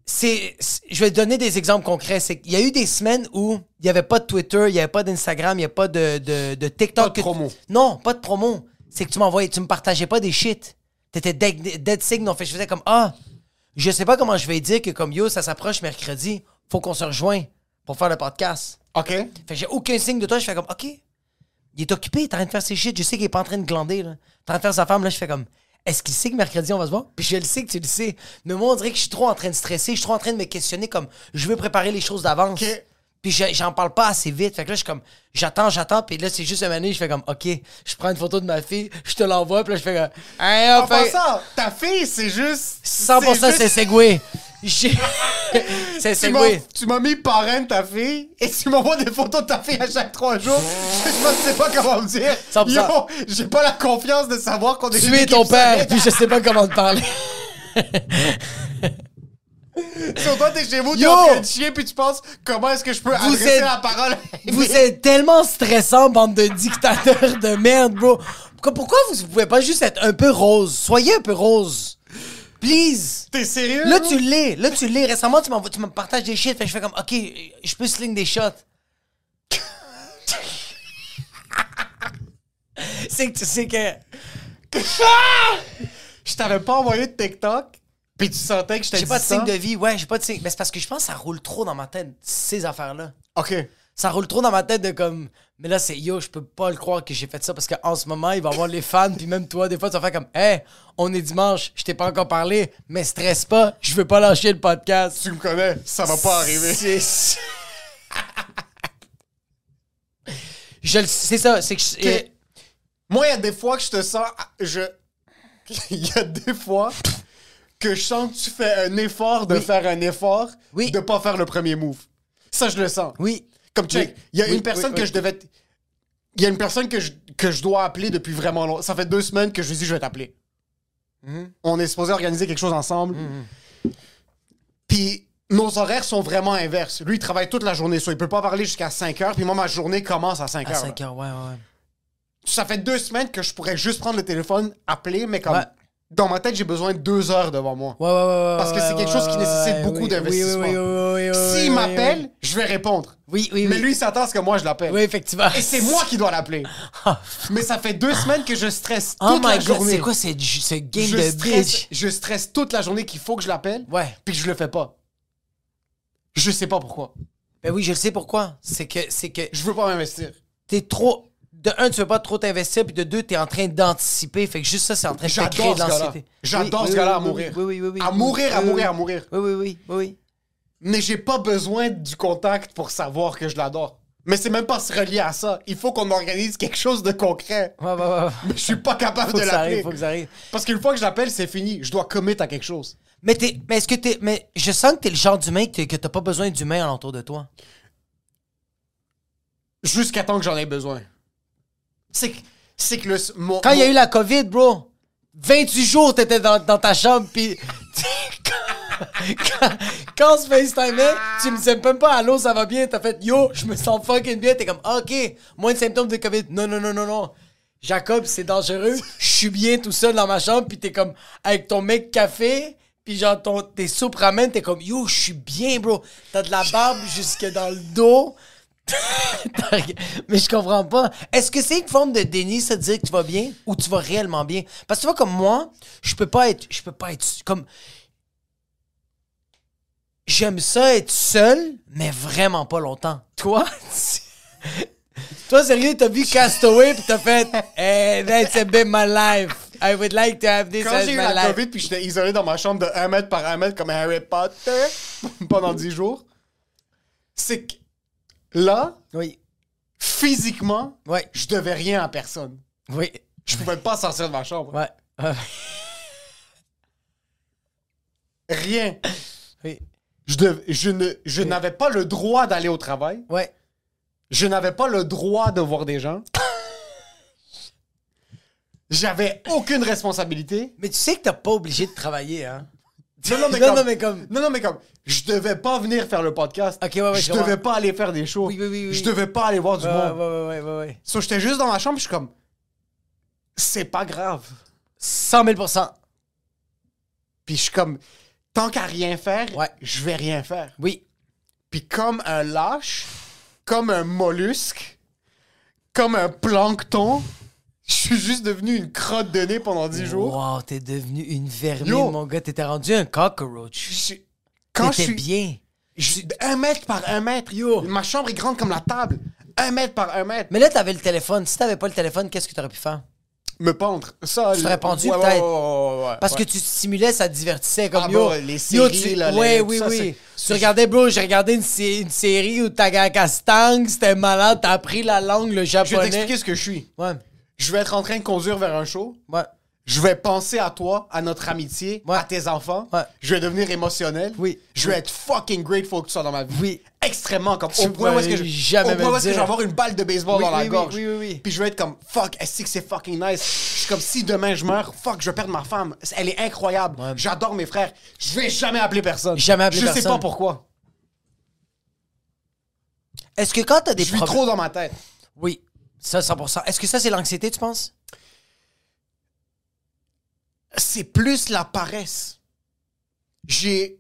[SPEAKER 2] c'est, c'est- je vais te donner des exemples concrets. C'est qu'il y a eu des semaines où il n'y avait pas de Twitter, il n'y avait pas d'Instagram, il n'y a pas de, de, de TikTok.
[SPEAKER 3] Pas de
[SPEAKER 2] que-
[SPEAKER 3] promo.
[SPEAKER 2] Non, pas de promo. C'est que tu m'envoyais, tu me partageais pas des shit. T'étais dead, dead signal. Fait que je faisais comme, ah, je sais pas comment je vais dire que comme, yo, ça s'approche mercredi, faut qu'on se rejoigne pour faire le podcast.
[SPEAKER 3] Ok.
[SPEAKER 2] Fait que j'ai aucun signe de toi. Je fais comme, OK. Il est occupé, il est en train de faire ses shit. Je sais qu'il est pas en train de glander. Là. Il est en train de faire sa femme. Là, je fais comme, est-ce qu'il sait que mercredi, on va se voir? Puis je le sais que tu le sais. Mais moi, on dirait que je suis trop en train de stresser. Je suis trop en train de me questionner comme, je veux préparer les choses d'avance.
[SPEAKER 3] OK.
[SPEAKER 2] Puis je- j'en parle pas assez vite. Fait que là, je suis comme, j'attends, j'attends. Puis là, c'est juste une année, je fais comme, OK, je prends une photo de ma fille, je te l'envoie. Puis là, je fais comme, hey,
[SPEAKER 3] En
[SPEAKER 2] hop, hey.
[SPEAKER 3] passant, ta fille, c'est juste.
[SPEAKER 2] 100% c'est
[SPEAKER 3] juste-
[SPEAKER 2] Segway. J'ai- C'est
[SPEAKER 3] Tu m'as-
[SPEAKER 2] Segway.
[SPEAKER 3] Tu m'as mis parrain de ta fille et tu m'envoies des photos de ta fille à chaque trois jours. je ne sais pas comment me dire.
[SPEAKER 2] 100%.
[SPEAKER 3] Yo, j'ai pas la confiance de savoir qu'on est une
[SPEAKER 2] Tu es
[SPEAKER 3] équipe
[SPEAKER 2] ton père,
[SPEAKER 3] solide.
[SPEAKER 2] puis je sais pas comment te parler.
[SPEAKER 3] Sur toi, t'es chez vous, t'es
[SPEAKER 2] Yo!
[SPEAKER 3] en train de chier, puis tu penses comment est-ce que je peux
[SPEAKER 2] Vous
[SPEAKER 3] adresser
[SPEAKER 2] êtes-
[SPEAKER 3] la parole à
[SPEAKER 2] Vous êtes tellement stressant, bande de dictateurs de merde, bro. Pourquoi, pourquoi vous pouvez pas juste être un peu rose? Soyez un peu rose. Please.
[SPEAKER 3] T'es sérieux?
[SPEAKER 2] Là,
[SPEAKER 3] bro?
[SPEAKER 2] tu l'es. Là, tu l'es. Récemment, tu, m'envoies- tu me partages des shit. Fait que je fais comme, OK, je peux sling des shots. c'est que tu sais que...
[SPEAKER 3] Je t'avais pas envoyé de TikTok, puis tu sentais que je t'ai
[SPEAKER 2] J'ai
[SPEAKER 3] dit
[SPEAKER 2] pas de
[SPEAKER 3] ça?
[SPEAKER 2] signe de vie. Ouais, j'ai pas de signe. Mais c'est parce que je pense que ça roule trop dans ma tête, ces affaires-là.
[SPEAKER 3] OK.
[SPEAKER 2] ça roule trop dans ma tête de comme mais là c'est yo je peux pas le croire que j'ai fait ça parce qu'en ce moment il va y avoir les fans puis même toi des fois tu vas faire comme hey on est dimanche je t'ai pas encore parlé mais stresse pas je veux pas lâcher le podcast
[SPEAKER 3] Tu me connais, ça va pas arriver.
[SPEAKER 2] C'est- je le- c'est ça c'est que je-
[SPEAKER 3] Que- Moi, il y a des fois que je te sens. ah, Je. Il y a des fois que je sens que tu fais un effort de
[SPEAKER 2] Oui.
[SPEAKER 3] faire un effort
[SPEAKER 2] Oui.
[SPEAKER 3] de pas faire le premier move. Ça, je le sens.
[SPEAKER 2] oui
[SPEAKER 3] Comme check.
[SPEAKER 2] Oui.
[SPEAKER 3] Il y a
[SPEAKER 2] Oui,
[SPEAKER 3] une personne
[SPEAKER 2] oui,
[SPEAKER 3] que
[SPEAKER 2] oui.
[SPEAKER 3] je devais. t- Il y a une personne que je, que je dois appeler depuis vraiment longtemps. Ça fait deux semaines que je lui dis je vais t'appeler.
[SPEAKER 2] Mm-hmm.
[SPEAKER 3] On est supposé organiser quelque chose ensemble. Puis nos horaires sont vraiment inverses. Lui, il travaille toute la journée, soit il peut pas parler jusqu'à 5 heures. Puis moi, ma journée commence à 5
[SPEAKER 2] à
[SPEAKER 3] heures.
[SPEAKER 2] 5 heures ouais ouais
[SPEAKER 3] ça fait deux semaines que je pourrais juste prendre le téléphone, appeler, mais comme
[SPEAKER 2] Ouais.
[SPEAKER 3] dans ma tête, j'ai besoin de deux heures devant moi.
[SPEAKER 2] ouais ouais ouais, ouais
[SPEAKER 3] Parce que c'est
[SPEAKER 2] ouais,
[SPEAKER 3] quelque
[SPEAKER 2] ouais,
[SPEAKER 3] chose qui
[SPEAKER 2] ouais,
[SPEAKER 3] nécessite
[SPEAKER 2] ouais,
[SPEAKER 3] beaucoup
[SPEAKER 2] oui,
[SPEAKER 3] d'investissement.
[SPEAKER 2] oui, oui, oui, oui, oui, oui, oui,
[SPEAKER 3] S'il m'appelle, je vais répondre.
[SPEAKER 2] oui oui oui
[SPEAKER 3] Mais lui, il s'attend à ce que moi, je l'appelle.
[SPEAKER 2] oui effectivement
[SPEAKER 3] Et c'est moi qui dois l'appeler. mais ça fait deux semaines que je stresse
[SPEAKER 2] oh
[SPEAKER 3] toute
[SPEAKER 2] my
[SPEAKER 3] la
[SPEAKER 2] god
[SPEAKER 3] journée.
[SPEAKER 2] c'est quoi ce ce game
[SPEAKER 3] je
[SPEAKER 2] de
[SPEAKER 3] stresse,
[SPEAKER 2] bitch
[SPEAKER 3] je stresse toute la journée qu'il faut que je l'appelle,
[SPEAKER 2] ouais
[SPEAKER 3] puis je le fais pas. Je sais pas pourquoi.
[SPEAKER 2] Ben oui, je le sais pourquoi. C'est que c'est que
[SPEAKER 3] Je veux pas m'investir.
[SPEAKER 2] t'es trop. De un, tu veux pas trop t'investir, puis de deux, t'es en train d'anticiper. Fait que juste ça, c'est en train de te créer de
[SPEAKER 3] J'adore ce gars-là.
[SPEAKER 2] l'anxiété.
[SPEAKER 3] J'adore
[SPEAKER 2] Oui,
[SPEAKER 3] ce
[SPEAKER 2] oui,
[SPEAKER 3] gars-là à
[SPEAKER 2] oui,
[SPEAKER 3] mourir.
[SPEAKER 2] Oui, oui, oui, oui.
[SPEAKER 3] À
[SPEAKER 2] oui,
[SPEAKER 3] mourir, à
[SPEAKER 2] oui,
[SPEAKER 3] mourir,
[SPEAKER 2] oui.
[SPEAKER 3] à mourir.
[SPEAKER 2] Oui, oui, oui, oui, oui.
[SPEAKER 3] mais j'ai pas besoin du contact pour savoir que je l'adore. Mais c'est même pas se relier à ça. Il faut qu'on organise quelque chose de concret.
[SPEAKER 2] Ouais, ouais, ouais, ouais.
[SPEAKER 3] Mais je suis pas capable
[SPEAKER 2] Faut
[SPEAKER 3] de
[SPEAKER 2] que ça arrive,
[SPEAKER 3] l'appeler.
[SPEAKER 2] faut que ça arrive.
[SPEAKER 3] Parce qu'une fois que je l'appelle, c'est fini. Je dois commit à quelque chose.
[SPEAKER 2] Mais, t'es- mais est-ce que t'es. Mais je sens que t'es le genre d'humain que t'es- que t'as pas besoin d'humain alentour de toi.
[SPEAKER 3] Jusqu'à temps que j'en ai besoin. C'est que, c'est que le, mon,
[SPEAKER 2] Quand il y a
[SPEAKER 3] mon-
[SPEAKER 2] eu la COVID, bro, 28 jours, t'étais dans, dans ta chambre, puis quand, quand, quand on se FaceTimait, tu me disais même pas allô, ça va bien, t'as fait yo, je me sens fucking bien, t'es comme ok, moins de symptômes de COVID. Non, non, non, non, non. Jacob, c'est dangereux, je suis bien tout seul dans ma chambre, puis t'es comme avec ton mec café, puis genre ton, tes soupes ramen, t'es comme yo, je suis bien, bro. T'as de la barbe jusque dans le dos. T'as ri- Mais je comprends pas. Est-ce que c'est une forme de déni, ça, de dire que tu vas bien ou tu vas réellement bien? Parce que tu vois, comme moi, je peux pas être. Je peux pas être. Comme. J'aime ça être seul, mais vraiment pas longtemps. Toi, tu- toi, sérieux, t'as vu Castaway pis t'as fait Hey, that's a bit my life. I would like to have this
[SPEAKER 3] quand
[SPEAKER 2] as
[SPEAKER 3] j'ai eu
[SPEAKER 2] my
[SPEAKER 3] la
[SPEAKER 2] life.
[SPEAKER 3] COVID puis j'étais isolé dans ma chambre de 1 mètre par 1 mètre comme Harry Potter, pendant 10 jours, c'est que là,
[SPEAKER 2] Oui.
[SPEAKER 3] physiquement,
[SPEAKER 2] Ouais.
[SPEAKER 3] je devais rien à personne.
[SPEAKER 2] Oui.
[SPEAKER 3] Je pouvais pas sortir de ma chambre.
[SPEAKER 2] Ouais. Ouais.
[SPEAKER 3] Rien.
[SPEAKER 2] Oui.
[SPEAKER 3] Je, dev- je ne- je n'avais pas le droit d'aller au travail.
[SPEAKER 2] Ouais.
[SPEAKER 3] Je n'avais pas le droit de voir des gens. J'avais aucune responsabilité.
[SPEAKER 2] Mais tu sais que t'as pas obligé de travailler, hein?
[SPEAKER 3] Non, non, mais,
[SPEAKER 2] Non,
[SPEAKER 3] comme,
[SPEAKER 2] non, mais comme-
[SPEAKER 3] Non, non, mais comme. Je devais pas venir faire le podcast.
[SPEAKER 2] Ok, ouais, ouais, je
[SPEAKER 3] je
[SPEAKER 2] comprends.
[SPEAKER 3] devais pas aller faire des shows.
[SPEAKER 2] Oui, oui, oui, oui.
[SPEAKER 3] Je devais pas aller voir du
[SPEAKER 2] Ouais, ouais,
[SPEAKER 3] monde.
[SPEAKER 2] ouais, ouais, ouais, ouais.
[SPEAKER 3] So, j'étais juste dans ma chambre, je suis comme. C'est pas grave.
[SPEAKER 2] 100 000
[SPEAKER 3] Puis je suis comme. Tant qu'à rien faire,
[SPEAKER 2] Ouais.
[SPEAKER 3] je vais rien faire.
[SPEAKER 2] Oui.
[SPEAKER 3] Puis comme un lâche, comme un mollusque, comme un plancton, je suis juste devenu une crotte de nez pendant 10 jours.
[SPEAKER 2] Wow, t'es devenu une vermine,
[SPEAKER 3] Yo.
[SPEAKER 2] mon gars. T'étais rendu un cockroach.
[SPEAKER 3] Je suis- Quand je
[SPEAKER 2] T'étais
[SPEAKER 3] suis.
[SPEAKER 2] bien.
[SPEAKER 3] je- Un mètre par un mètre.
[SPEAKER 2] Yo.
[SPEAKER 3] Ma chambre est grande comme la table. Un mètre par un mètre.
[SPEAKER 2] Mais là, t'avais le téléphone. Si t'avais pas le téléphone, qu'est-ce que t'aurais pu faire?
[SPEAKER 3] me pendre. Ça,
[SPEAKER 2] Tu
[SPEAKER 3] le-
[SPEAKER 2] t'aurais pendu,
[SPEAKER 3] ouais,
[SPEAKER 2] peut-être.
[SPEAKER 3] ouais, ouais, ouais, ouais,
[SPEAKER 2] Parce
[SPEAKER 3] ouais.
[SPEAKER 2] que tu te stimulais, ça te divertissait comme
[SPEAKER 3] Ah,
[SPEAKER 2] yo.
[SPEAKER 3] bah, les
[SPEAKER 2] yo,
[SPEAKER 3] séries, là, les-
[SPEAKER 2] Ouais,
[SPEAKER 3] tout
[SPEAKER 2] oui,
[SPEAKER 3] ça,
[SPEAKER 2] oui.
[SPEAKER 3] c'est-
[SPEAKER 2] Tu regardais, bro, j'ai regardé une, sé- une série où Tagakastang, c'était malade, t'as appris la langue, le
[SPEAKER 3] Je vais
[SPEAKER 2] japonais.
[SPEAKER 3] t'expliquer ce que je suis.
[SPEAKER 2] Ouais,
[SPEAKER 3] Je vais être en train de conduire vers un show.
[SPEAKER 2] ouais.
[SPEAKER 3] Je vais penser à toi, à notre amitié,
[SPEAKER 2] Ouais.
[SPEAKER 3] à tes enfants.
[SPEAKER 2] Ouais.
[SPEAKER 3] Je vais devenir émotionnel.
[SPEAKER 2] Oui.
[SPEAKER 3] Je vais être fucking grateful que tu sois dans ma vie.
[SPEAKER 2] Oui.
[SPEAKER 3] Extrêmement comme
[SPEAKER 2] Tu
[SPEAKER 3] au point où est-ce que je,
[SPEAKER 2] vas jamais
[SPEAKER 3] au point
[SPEAKER 2] me
[SPEAKER 3] où est-ce que
[SPEAKER 2] dire.
[SPEAKER 3] je vais avoir une balle de baseball
[SPEAKER 2] Oui,
[SPEAKER 3] dans la
[SPEAKER 2] oui, oui,
[SPEAKER 3] gorge.
[SPEAKER 2] oui, oui, oui.
[SPEAKER 3] Puis je vais être comme fuck, est-ce que c'est fucking nice. Je suis comme si demain je meurs, fuck, je vais perdre ma femme. Elle est incroyable. J'adore mes frères. Je vais jamais appeler personne.
[SPEAKER 2] Jamais appeler
[SPEAKER 3] je Je sais
[SPEAKER 2] personne.
[SPEAKER 3] pas pourquoi.
[SPEAKER 2] Est-ce que quand t'as des
[SPEAKER 3] Je suis
[SPEAKER 2] problèmes.
[SPEAKER 3] trop dans ma tête.
[SPEAKER 2] Oui, ça, 100%. Est-ce que ça, c'est l'anxiété, tu penses?
[SPEAKER 3] c'est plus la paresse. J'ai.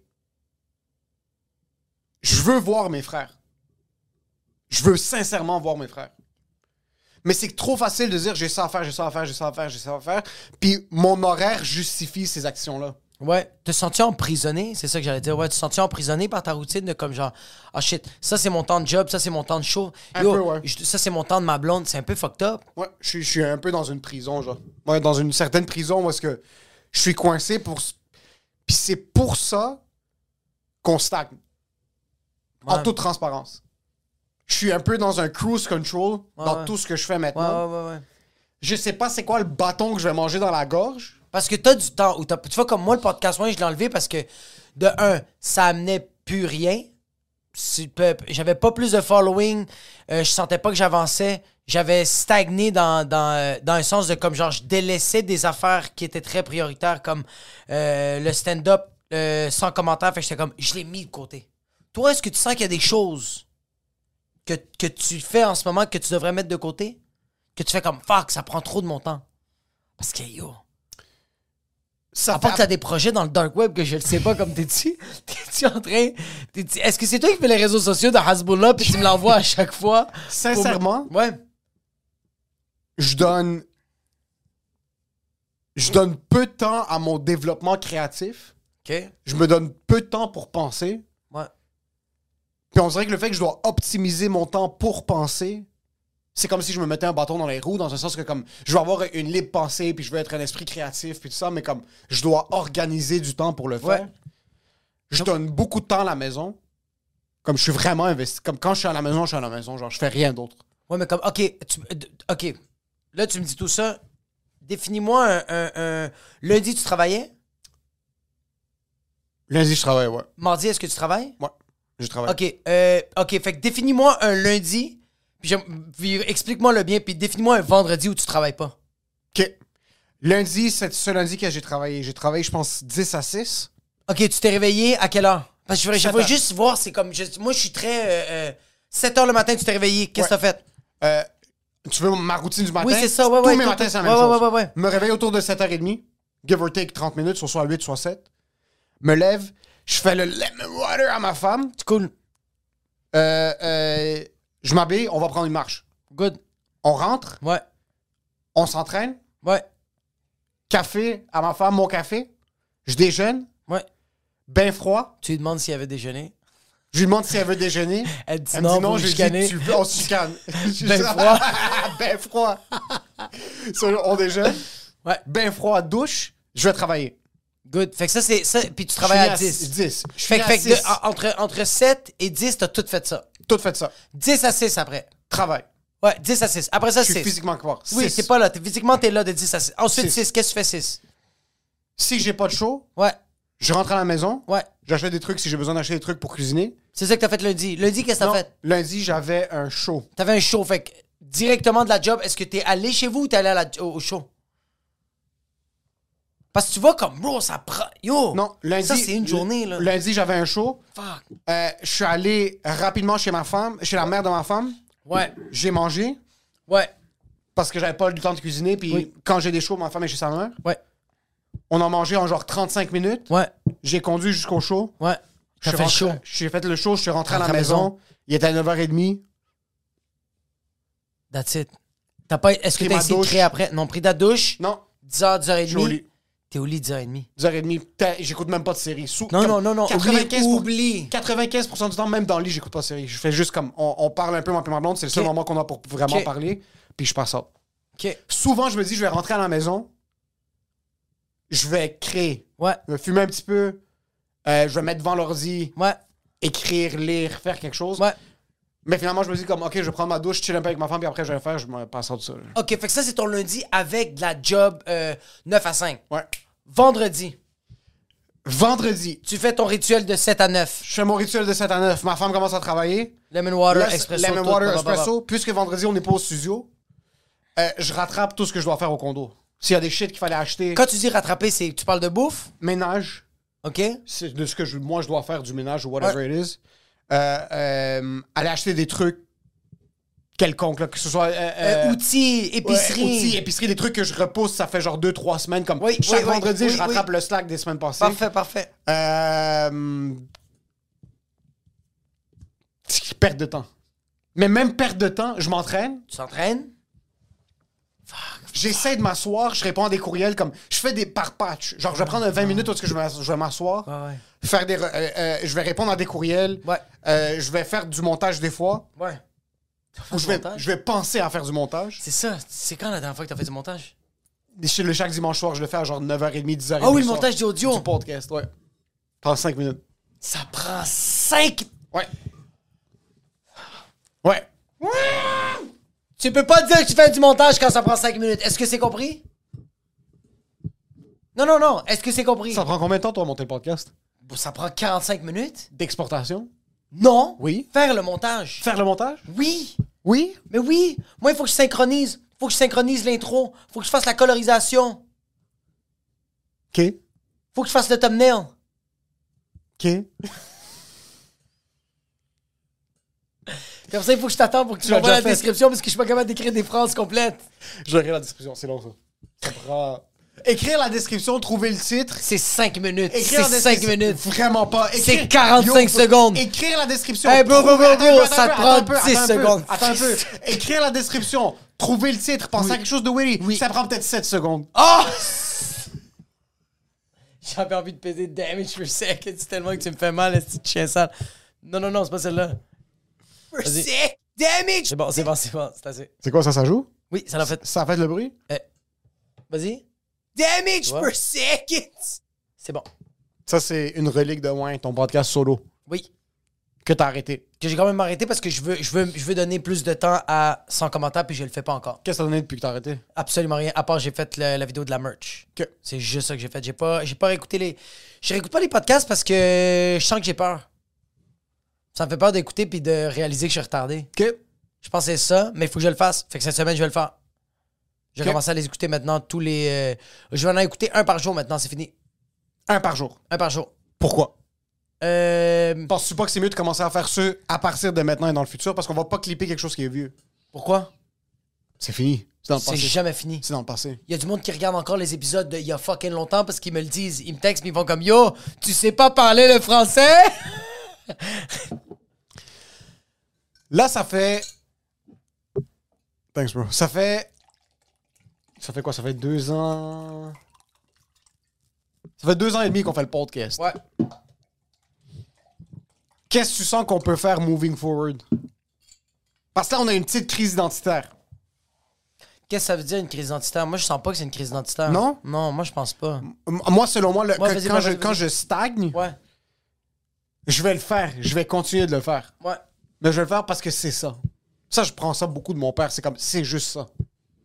[SPEAKER 3] Je veux voir mes frères. Je veux sincèrement voir mes frères. Mais c'est trop facile de dire j'ai ça à faire, j'ai ça à faire, j'ai ça à faire, j'ai ça à faire. Puis mon horaire justifie ces actions-là.
[SPEAKER 2] Ouais. Te sens-tu emprisonné? C'est ça que j'allais dire. Ouais, te sens-tu emprisonné par ta routine de comme genre, ah shit, ça c'est mon temps de job, ça c'est mon temps de show.
[SPEAKER 3] Un peu, ouais.
[SPEAKER 2] je- ça c'est mon temps de ma blonde, c'est un peu fucked up.
[SPEAKER 3] Ouais, je suis- je suis un peu dans une prison, genre. Ouais, dans une certaine prison où est-ce que je suis coincé pour. s- Puis c'est pour ça qu'on stagne. En
[SPEAKER 2] Ouais.
[SPEAKER 3] toute transparence. Je suis un peu dans un cruise control dans
[SPEAKER 2] ouais.
[SPEAKER 3] tout ce que je fais
[SPEAKER 2] Ouais,
[SPEAKER 3] maintenant.
[SPEAKER 2] ouais, ouais, ouais.
[SPEAKER 3] Je sais pas c'est quoi le bâton que je vais manger dans la gorge.
[SPEAKER 2] Parce que t'as du temps. Ou t'as- tu vois, comme moi, le podcast, moi, je l'ai enlevé parce que, de un, ça amenait plus rien. C'est peu- J'avais pas plus de following. euh, je sentais pas que j'avançais. J'avais stagné dans, dans, euh, dans un sens de comme genre, je délaissais des affaires qui étaient très prioritaires, comme euh, le stand-up euh, sans commentaire. Fait que j'étais comme, je l'ai mis de côté. Toi, est-ce que tu sens qu'il y a des choses que, que tu fais en ce moment que tu devrais mettre de côté? Que tu fais comme, fuck, ça prend trop de mon temps. Parce que, yo,
[SPEAKER 3] Ça
[SPEAKER 2] à part
[SPEAKER 3] fait-
[SPEAKER 2] que t'as des projets dans le dark web que je le sais pas, comme t'es-tu, t'es-tu en train, t'es-tu- est-ce que c'est toi qui fais les réseaux sociaux de Hasbullah puis tu me l'envoies à chaque fois?
[SPEAKER 3] Sincèrement,
[SPEAKER 2] Ouais.
[SPEAKER 3] je donne. Je donne peu de temps à mon développement créatif.
[SPEAKER 2] Ok.
[SPEAKER 3] Je me donne peu de temps pour penser.
[SPEAKER 2] Ouais.
[SPEAKER 3] Puis on dirait que le fait que je dois optimiser mon temps pour penser, c'est comme si je me mettais un bâton dans les roues, dans un sens que comme je veux avoir une libre pensée, puis je veux être un esprit créatif, puis tout ça, mais comme je dois organiser du temps pour le faire.
[SPEAKER 2] Ouais.
[SPEAKER 3] Je donne beaucoup de temps à la maison. Comme je suis vraiment investi. Comme quand je suis à la maison, je suis à la maison, genre je fais rien d'autre.
[SPEAKER 2] Ouais, mais comme, ok, tu- euh, d- ok. Là, tu me dis tout ça. Définis-moi un, un- un- Lundi, tu travaillais.
[SPEAKER 3] Lundi, je travaille, ouais.
[SPEAKER 2] Mardi, est-ce que tu travailles?
[SPEAKER 3] Ouais, je travaille.
[SPEAKER 2] Ok, euh, ok, fait que définis-moi un lundi, puis, j'aime- puis explique-moi le bien, puis définis-moi un vendredi où tu travailles pas.
[SPEAKER 3] OK. Lundi, c'est ce lundi que j'ai travaillé. J'ai travaillé, je pense, 10 à 6.
[SPEAKER 2] Ok, tu t'es réveillé à quelle heure? Parce que je voudrais- je
[SPEAKER 3] Sept
[SPEAKER 2] veux
[SPEAKER 3] heures.
[SPEAKER 2] juste voir, c'est comme. je- moi, je suis très. euh, 7 h le matin, tu t'es réveillé. Qu'est-ce que t'as fait?
[SPEAKER 3] Euh, tu veux ma routine du matin?
[SPEAKER 2] Oui, c'est ça, ouais, ouais.
[SPEAKER 3] Tous mes
[SPEAKER 2] tout-
[SPEAKER 3] matins,
[SPEAKER 2] tout-
[SPEAKER 3] c'est la même
[SPEAKER 2] ouais,
[SPEAKER 3] chose.
[SPEAKER 2] ouais, ouais, ouais, ouais.
[SPEAKER 3] Me réveille autour de 7h30, give or take 30 minutes, soit soit 8, soit 7. Me lève, je fais le lemon water à ma femme.
[SPEAKER 2] C'est cool.
[SPEAKER 3] Euh, euh, je m'habille, on va prendre une marche.
[SPEAKER 2] Good.
[SPEAKER 3] On rentre,
[SPEAKER 2] Ouais.
[SPEAKER 3] on s'entraîne.
[SPEAKER 2] Ouais.
[SPEAKER 3] Café à ma femme, mon café. Je déjeune,
[SPEAKER 2] Ouais.
[SPEAKER 3] ben froid.
[SPEAKER 2] Tu lui demandes s'il avait déjeuné.
[SPEAKER 3] Je lui demande si elle veut déjeuner.
[SPEAKER 2] Elle dit
[SPEAKER 3] Elle me
[SPEAKER 2] non,
[SPEAKER 3] dit non,
[SPEAKER 2] vous
[SPEAKER 3] je
[SPEAKER 2] vous
[SPEAKER 3] lui
[SPEAKER 2] chicanez.
[SPEAKER 3] dis, tu veux, on se chicane.
[SPEAKER 2] Ben froid.
[SPEAKER 3] ben froid. So, on déjeune.
[SPEAKER 2] Ouais.
[SPEAKER 3] Ben froid, douche, je vais travailler.
[SPEAKER 2] Good. Fait que ça, c'est ça. Puis tu travailles à
[SPEAKER 3] Je suis né à
[SPEAKER 2] 10.
[SPEAKER 3] 10. Je suis
[SPEAKER 2] Fait,
[SPEAKER 3] né
[SPEAKER 2] que- fait
[SPEAKER 3] à
[SPEAKER 2] que de-
[SPEAKER 3] 6.
[SPEAKER 2] en- entre, entre 7 et 10, t'as tout fait ça.
[SPEAKER 3] Tout fait ça.
[SPEAKER 2] 10 à 6 après.
[SPEAKER 3] Travail.
[SPEAKER 2] Ouais, 10 à 6. Après ça,
[SPEAKER 3] Je suis
[SPEAKER 2] 6.
[SPEAKER 3] physiquement fort.
[SPEAKER 2] Oui,
[SPEAKER 3] Six.
[SPEAKER 2] t'es pas là. T'es- physiquement, t'es là de 10 à 6. Ensuite,
[SPEAKER 3] Six.
[SPEAKER 2] 6. Qu'est-ce que tu fais 6?
[SPEAKER 3] Si j'ai pas de show,
[SPEAKER 2] Ouais,
[SPEAKER 3] je rentre à la maison.
[SPEAKER 2] ouais.
[SPEAKER 3] J'achète des trucs si j'ai besoin d'acheter des trucs pour cuisiner.
[SPEAKER 2] C'est ça que t'as fait lundi. Lundi, qu'est-ce que t'as
[SPEAKER 3] Non,
[SPEAKER 2] fait?
[SPEAKER 3] Lundi, j'avais un show.
[SPEAKER 2] T'avais un show. Fait que directement de la job, est-ce que t'es allé chez vous ou t'es allé à la- au, au show? Parce que tu vois comme, bro, ça prend. Yo!
[SPEAKER 3] Non, lundi.
[SPEAKER 2] Oh. Ça, c'est une journée, là.
[SPEAKER 3] Lundi, j'avais un show.
[SPEAKER 2] Fuck.
[SPEAKER 3] Euh, je suis allé rapidement chez ma femme, chez la mère de ma femme.
[SPEAKER 2] Ouais,
[SPEAKER 3] J'ai mangé
[SPEAKER 2] ouais,
[SPEAKER 3] parce que j'avais pas le temps de cuisiner. Puis
[SPEAKER 2] Oui.
[SPEAKER 3] quand j'ai des shows, ma femme est chez sa mère.
[SPEAKER 2] ouais,
[SPEAKER 3] On en mangeait en genre 35 minutes.
[SPEAKER 2] ouais,
[SPEAKER 3] J'ai conduit jusqu'au show.
[SPEAKER 2] ouais. T'as
[SPEAKER 3] Je suis
[SPEAKER 2] fait le
[SPEAKER 3] rentré-
[SPEAKER 2] show.
[SPEAKER 3] J'ai fait le show, je suis rentré à la
[SPEAKER 2] Rentré à la
[SPEAKER 3] maison.
[SPEAKER 2] maison.
[SPEAKER 3] Il était à 9h30.
[SPEAKER 2] That's it. T'as pas. Est-ce que
[SPEAKER 3] Pris
[SPEAKER 2] t'as
[SPEAKER 3] ma
[SPEAKER 2] essayé de
[SPEAKER 3] douche.
[SPEAKER 2] créer après? Non, pris ta douche.
[SPEAKER 3] Non,
[SPEAKER 2] 10h,
[SPEAKER 3] suis au
[SPEAKER 2] 10h30.
[SPEAKER 3] lit.
[SPEAKER 2] T'es au lit 10h30.
[SPEAKER 3] 10h30. Putain, J'écoute même pas de série. Sous-
[SPEAKER 2] Non,
[SPEAKER 3] comme
[SPEAKER 2] non, non, non.
[SPEAKER 3] 95 pour-
[SPEAKER 2] Oublie.
[SPEAKER 3] 95% du temps, même dans le lit, j'écoute pas de série. Je fais juste comme. On, on parle un peu, moi, puis ma blonde. C'est le seul
[SPEAKER 2] Ok.
[SPEAKER 3] moment qu'on a pour vraiment
[SPEAKER 2] Ok.
[SPEAKER 3] parler. Puis je passe ça.
[SPEAKER 2] OK.
[SPEAKER 3] Souvent, je me dis, je vais rentrer à la maison. Je vais créer.
[SPEAKER 2] Ouais,
[SPEAKER 3] Je vais fumer un petit peu. euh, je vais mettre devant l'ordi,
[SPEAKER 2] ouais,
[SPEAKER 3] écrire, lire, faire quelque chose.
[SPEAKER 2] ouais.
[SPEAKER 3] Mais finalement, je me dis comme, OK, je vais prendre ma douche, chill un peu avec ma femme, puis après, je vais faire, je me passe ça de ça. là.
[SPEAKER 2] OK, fait que ça, c'est ton lundi avec de la job euh, 9 à 5.
[SPEAKER 3] Ouais.
[SPEAKER 2] Vendredi,
[SPEAKER 3] Vendredi,
[SPEAKER 2] tu fais ton rituel de 7 à 9.
[SPEAKER 3] je fais mon rituel de 7 à 9. Ma femme commence à travailler.
[SPEAKER 2] Lemon water,
[SPEAKER 3] Là,
[SPEAKER 2] espresso.
[SPEAKER 3] lemon
[SPEAKER 2] tout,
[SPEAKER 3] water,
[SPEAKER 2] blablabla.
[SPEAKER 3] espresso. Puisque vendredi, on n'est pas au studio, euh, je rattrape tout ce que je dois faire au condo. S'il y a des shit qu'il fallait acheter,
[SPEAKER 2] Quand tu dis rattraper, c'est tu parles de bouffe,
[SPEAKER 3] ménage,
[SPEAKER 2] OK? Euh,
[SPEAKER 3] c'est de ce que je- moi je dois faire du ménage ou whatever
[SPEAKER 2] Ouais.
[SPEAKER 3] it is. Euh, euh, aller acheter des trucs quelconques, là, que ce soit. euh, euh,
[SPEAKER 2] outils,
[SPEAKER 3] ouais,
[SPEAKER 2] épicerie.
[SPEAKER 3] outils, épicerie, des trucs que je repousse, ça fait genre 2-3 semaines. Comme
[SPEAKER 2] Oui,
[SPEAKER 3] chaque
[SPEAKER 2] oui, oui,
[SPEAKER 3] vendredi,
[SPEAKER 2] oui,
[SPEAKER 3] je rattrape
[SPEAKER 2] oui.
[SPEAKER 3] le slack des semaines passées.
[SPEAKER 2] Parfait, parfait.
[SPEAKER 3] Euh... Perte de temps. Mais même perte de temps, je m'entraîne,
[SPEAKER 2] Tu t'entraînes?
[SPEAKER 3] j'essaie de m'asseoir, je réponds à des courriels comme je fais des par patch. Genre, je vais prendre un 20 minutes parce que je vais m'ass- je vais m'asseoir,
[SPEAKER 2] Ouais, ouais.
[SPEAKER 3] faire des, re- euh, euh, je vais répondre à des courriels,
[SPEAKER 2] Ah. Ouais.
[SPEAKER 3] euh, je vais faire du montage des fois,
[SPEAKER 2] Ouais.
[SPEAKER 3] ou je vais,
[SPEAKER 2] Ah, montage?
[SPEAKER 3] je vais penser à faire du montage.
[SPEAKER 2] C'est ça. C'est quand la dernière fois que t'as fait du montage?
[SPEAKER 3] Chez le chaque dimanche soir, je le fais à genre 9h30, 10h30.
[SPEAKER 2] Ah oui, le
[SPEAKER 3] soir.
[SPEAKER 2] montage d'audio.
[SPEAKER 3] Du podcast, ouais. Prends 5 minutes.
[SPEAKER 2] Ça prend 5
[SPEAKER 3] Ouais. Ouais.
[SPEAKER 2] Tu peux pas dire que tu fais du montage quand ça prend 5 minutes. Est-ce que c'est compris? Non, non, non. Est-ce que c'est compris?
[SPEAKER 3] Ça prend combien de temps, toi, à monter le podcast?
[SPEAKER 2] Bon, ça prend 45 minutes?
[SPEAKER 3] d'exportation.
[SPEAKER 2] Non.
[SPEAKER 3] Oui.
[SPEAKER 2] Faire le montage.
[SPEAKER 3] Faire le montage?
[SPEAKER 2] Oui.
[SPEAKER 3] Oui.
[SPEAKER 2] Mais oui. Moi, il faut que je synchronise. Il faut que je synchronise l'intro. Il faut que je fasse la colorisation.
[SPEAKER 3] OK.
[SPEAKER 2] Il faut que je fasse le thumbnail.
[SPEAKER 3] OK.
[SPEAKER 2] Comme ça, il faut que je t'attends pour que tu
[SPEAKER 3] Tu l'as
[SPEAKER 2] m'envoies la
[SPEAKER 3] déjà fait.
[SPEAKER 2] description parce que je suis pas capable d'écrire des phrases complètes.
[SPEAKER 3] Je vais la description, c'est long, ça. Ça prend... Écrire la description, trouver le titre...
[SPEAKER 2] C'est 5 minutes.
[SPEAKER 3] écrire la
[SPEAKER 2] C'est 5
[SPEAKER 3] description-
[SPEAKER 2] minutes.
[SPEAKER 3] Vraiment pas. Écrire-
[SPEAKER 2] C'est 45
[SPEAKER 3] Yo, faut-
[SPEAKER 2] secondes.
[SPEAKER 3] Écrire la description.
[SPEAKER 2] Hey, bro, bro, bro,
[SPEAKER 3] trouver-
[SPEAKER 2] bro,
[SPEAKER 3] attends
[SPEAKER 2] ça
[SPEAKER 3] un peu,
[SPEAKER 2] te prend
[SPEAKER 3] attends un peu,
[SPEAKER 2] 10
[SPEAKER 3] attends un peu,
[SPEAKER 2] secondes.
[SPEAKER 3] Attends un peu. Écrire la description, trouver le titre, penser à quelque chose de Willy,
[SPEAKER 2] Oui.
[SPEAKER 3] ça prend peut-être 7 secondes.
[SPEAKER 2] Ah! J'avais envie de peser damage per second. C'est tellement que tu me fais mal, ce petit chien sale. Non, non, non, c'est pas celle-là. Per sec! Damage! C'est bon, c'est bon, c'est bon, c'est assez.
[SPEAKER 3] C'est quoi, ça, ça joue?
[SPEAKER 2] Oui, ça l'a fait.
[SPEAKER 3] Ça fait le bruit?
[SPEAKER 2] Eh, Vas-y. Damage per second! C'est bon.
[SPEAKER 3] Ça, c'est une relique de Wayne, ton podcast solo,
[SPEAKER 2] Oui.
[SPEAKER 3] que t'as arrêté.
[SPEAKER 2] Que j'ai quand même arrêté parce que je veux, je veux, je veux donner plus de temps à 100 commentaires puis je le fais pas encore.
[SPEAKER 3] Qu'est-ce que t'as donné depuis que t'as arrêté?
[SPEAKER 2] Absolument rien, à part j'ai fait le- la vidéo de la merch.
[SPEAKER 3] Que-
[SPEAKER 2] C'est juste ça que j'ai fait. J'ai pas, j'ai pas réécouté les. Je réécoute pas les podcasts parce que je sens que j'ai peur. Ça me fait peur d'écouter puis de réaliser que je suis retardé.
[SPEAKER 3] Que...
[SPEAKER 2] Je pense que c'est ça, mais il faut que je le fasse. Fait que cette semaine, je vais le faire. Je vais
[SPEAKER 3] Ok.
[SPEAKER 2] commencer à les écouter maintenant tous les. euh, Je vais en écouter un par jour maintenant, c'est fini.
[SPEAKER 3] Un par jour.
[SPEAKER 2] Un par jour.
[SPEAKER 3] Pourquoi?
[SPEAKER 2] Euh,
[SPEAKER 3] Penses-tu pas que c'est mieux de commencer à faire ce à partir de maintenant et dans le futur parce qu'on va pas clipper quelque chose qui est vieux?
[SPEAKER 2] pourquoi?
[SPEAKER 3] C'est fini. C'est dans le
[SPEAKER 2] C'est
[SPEAKER 3] passé.
[SPEAKER 2] jamais fini.
[SPEAKER 3] C'est dans le passé.
[SPEAKER 2] Il y a du monde qui regarde encore les épisodes d'il y a fucking longtemps parce qu'ils me le disent. Ils me textent, mais ils vont comme Yo, tu sais pas parler le français?
[SPEAKER 3] Là, ça fait. Thanks, bro. Ça fait. Ça fait quoi? Ça fait deux ans. Ça fait deux ans et demi qu'on fait le podcast.
[SPEAKER 2] Ouais.
[SPEAKER 3] Qu'est-ce que tu sens qu'on peut faire moving forward? Parce que là, on a une petite crise identitaire.
[SPEAKER 2] Qu'est-ce que ça veut dire une crise identitaire? Moi, je sens pas que c'est une crise identitaire.
[SPEAKER 3] Non?
[SPEAKER 2] Non, moi, je pense pas.
[SPEAKER 3] M- Moi, selon moi, le-
[SPEAKER 2] Ouais,
[SPEAKER 3] que-
[SPEAKER 2] vas-y,
[SPEAKER 3] quand,
[SPEAKER 2] vas-y,
[SPEAKER 3] je,
[SPEAKER 2] vas-y.
[SPEAKER 3] quand je stagne,
[SPEAKER 2] Ouais,
[SPEAKER 3] je vais le faire. Je vais continuer de le faire.
[SPEAKER 2] ouais.
[SPEAKER 3] Mais je vais le faire parce que c'est ça. Ça, je prends ça beaucoup de mon père. C'est comme, c'est juste ça.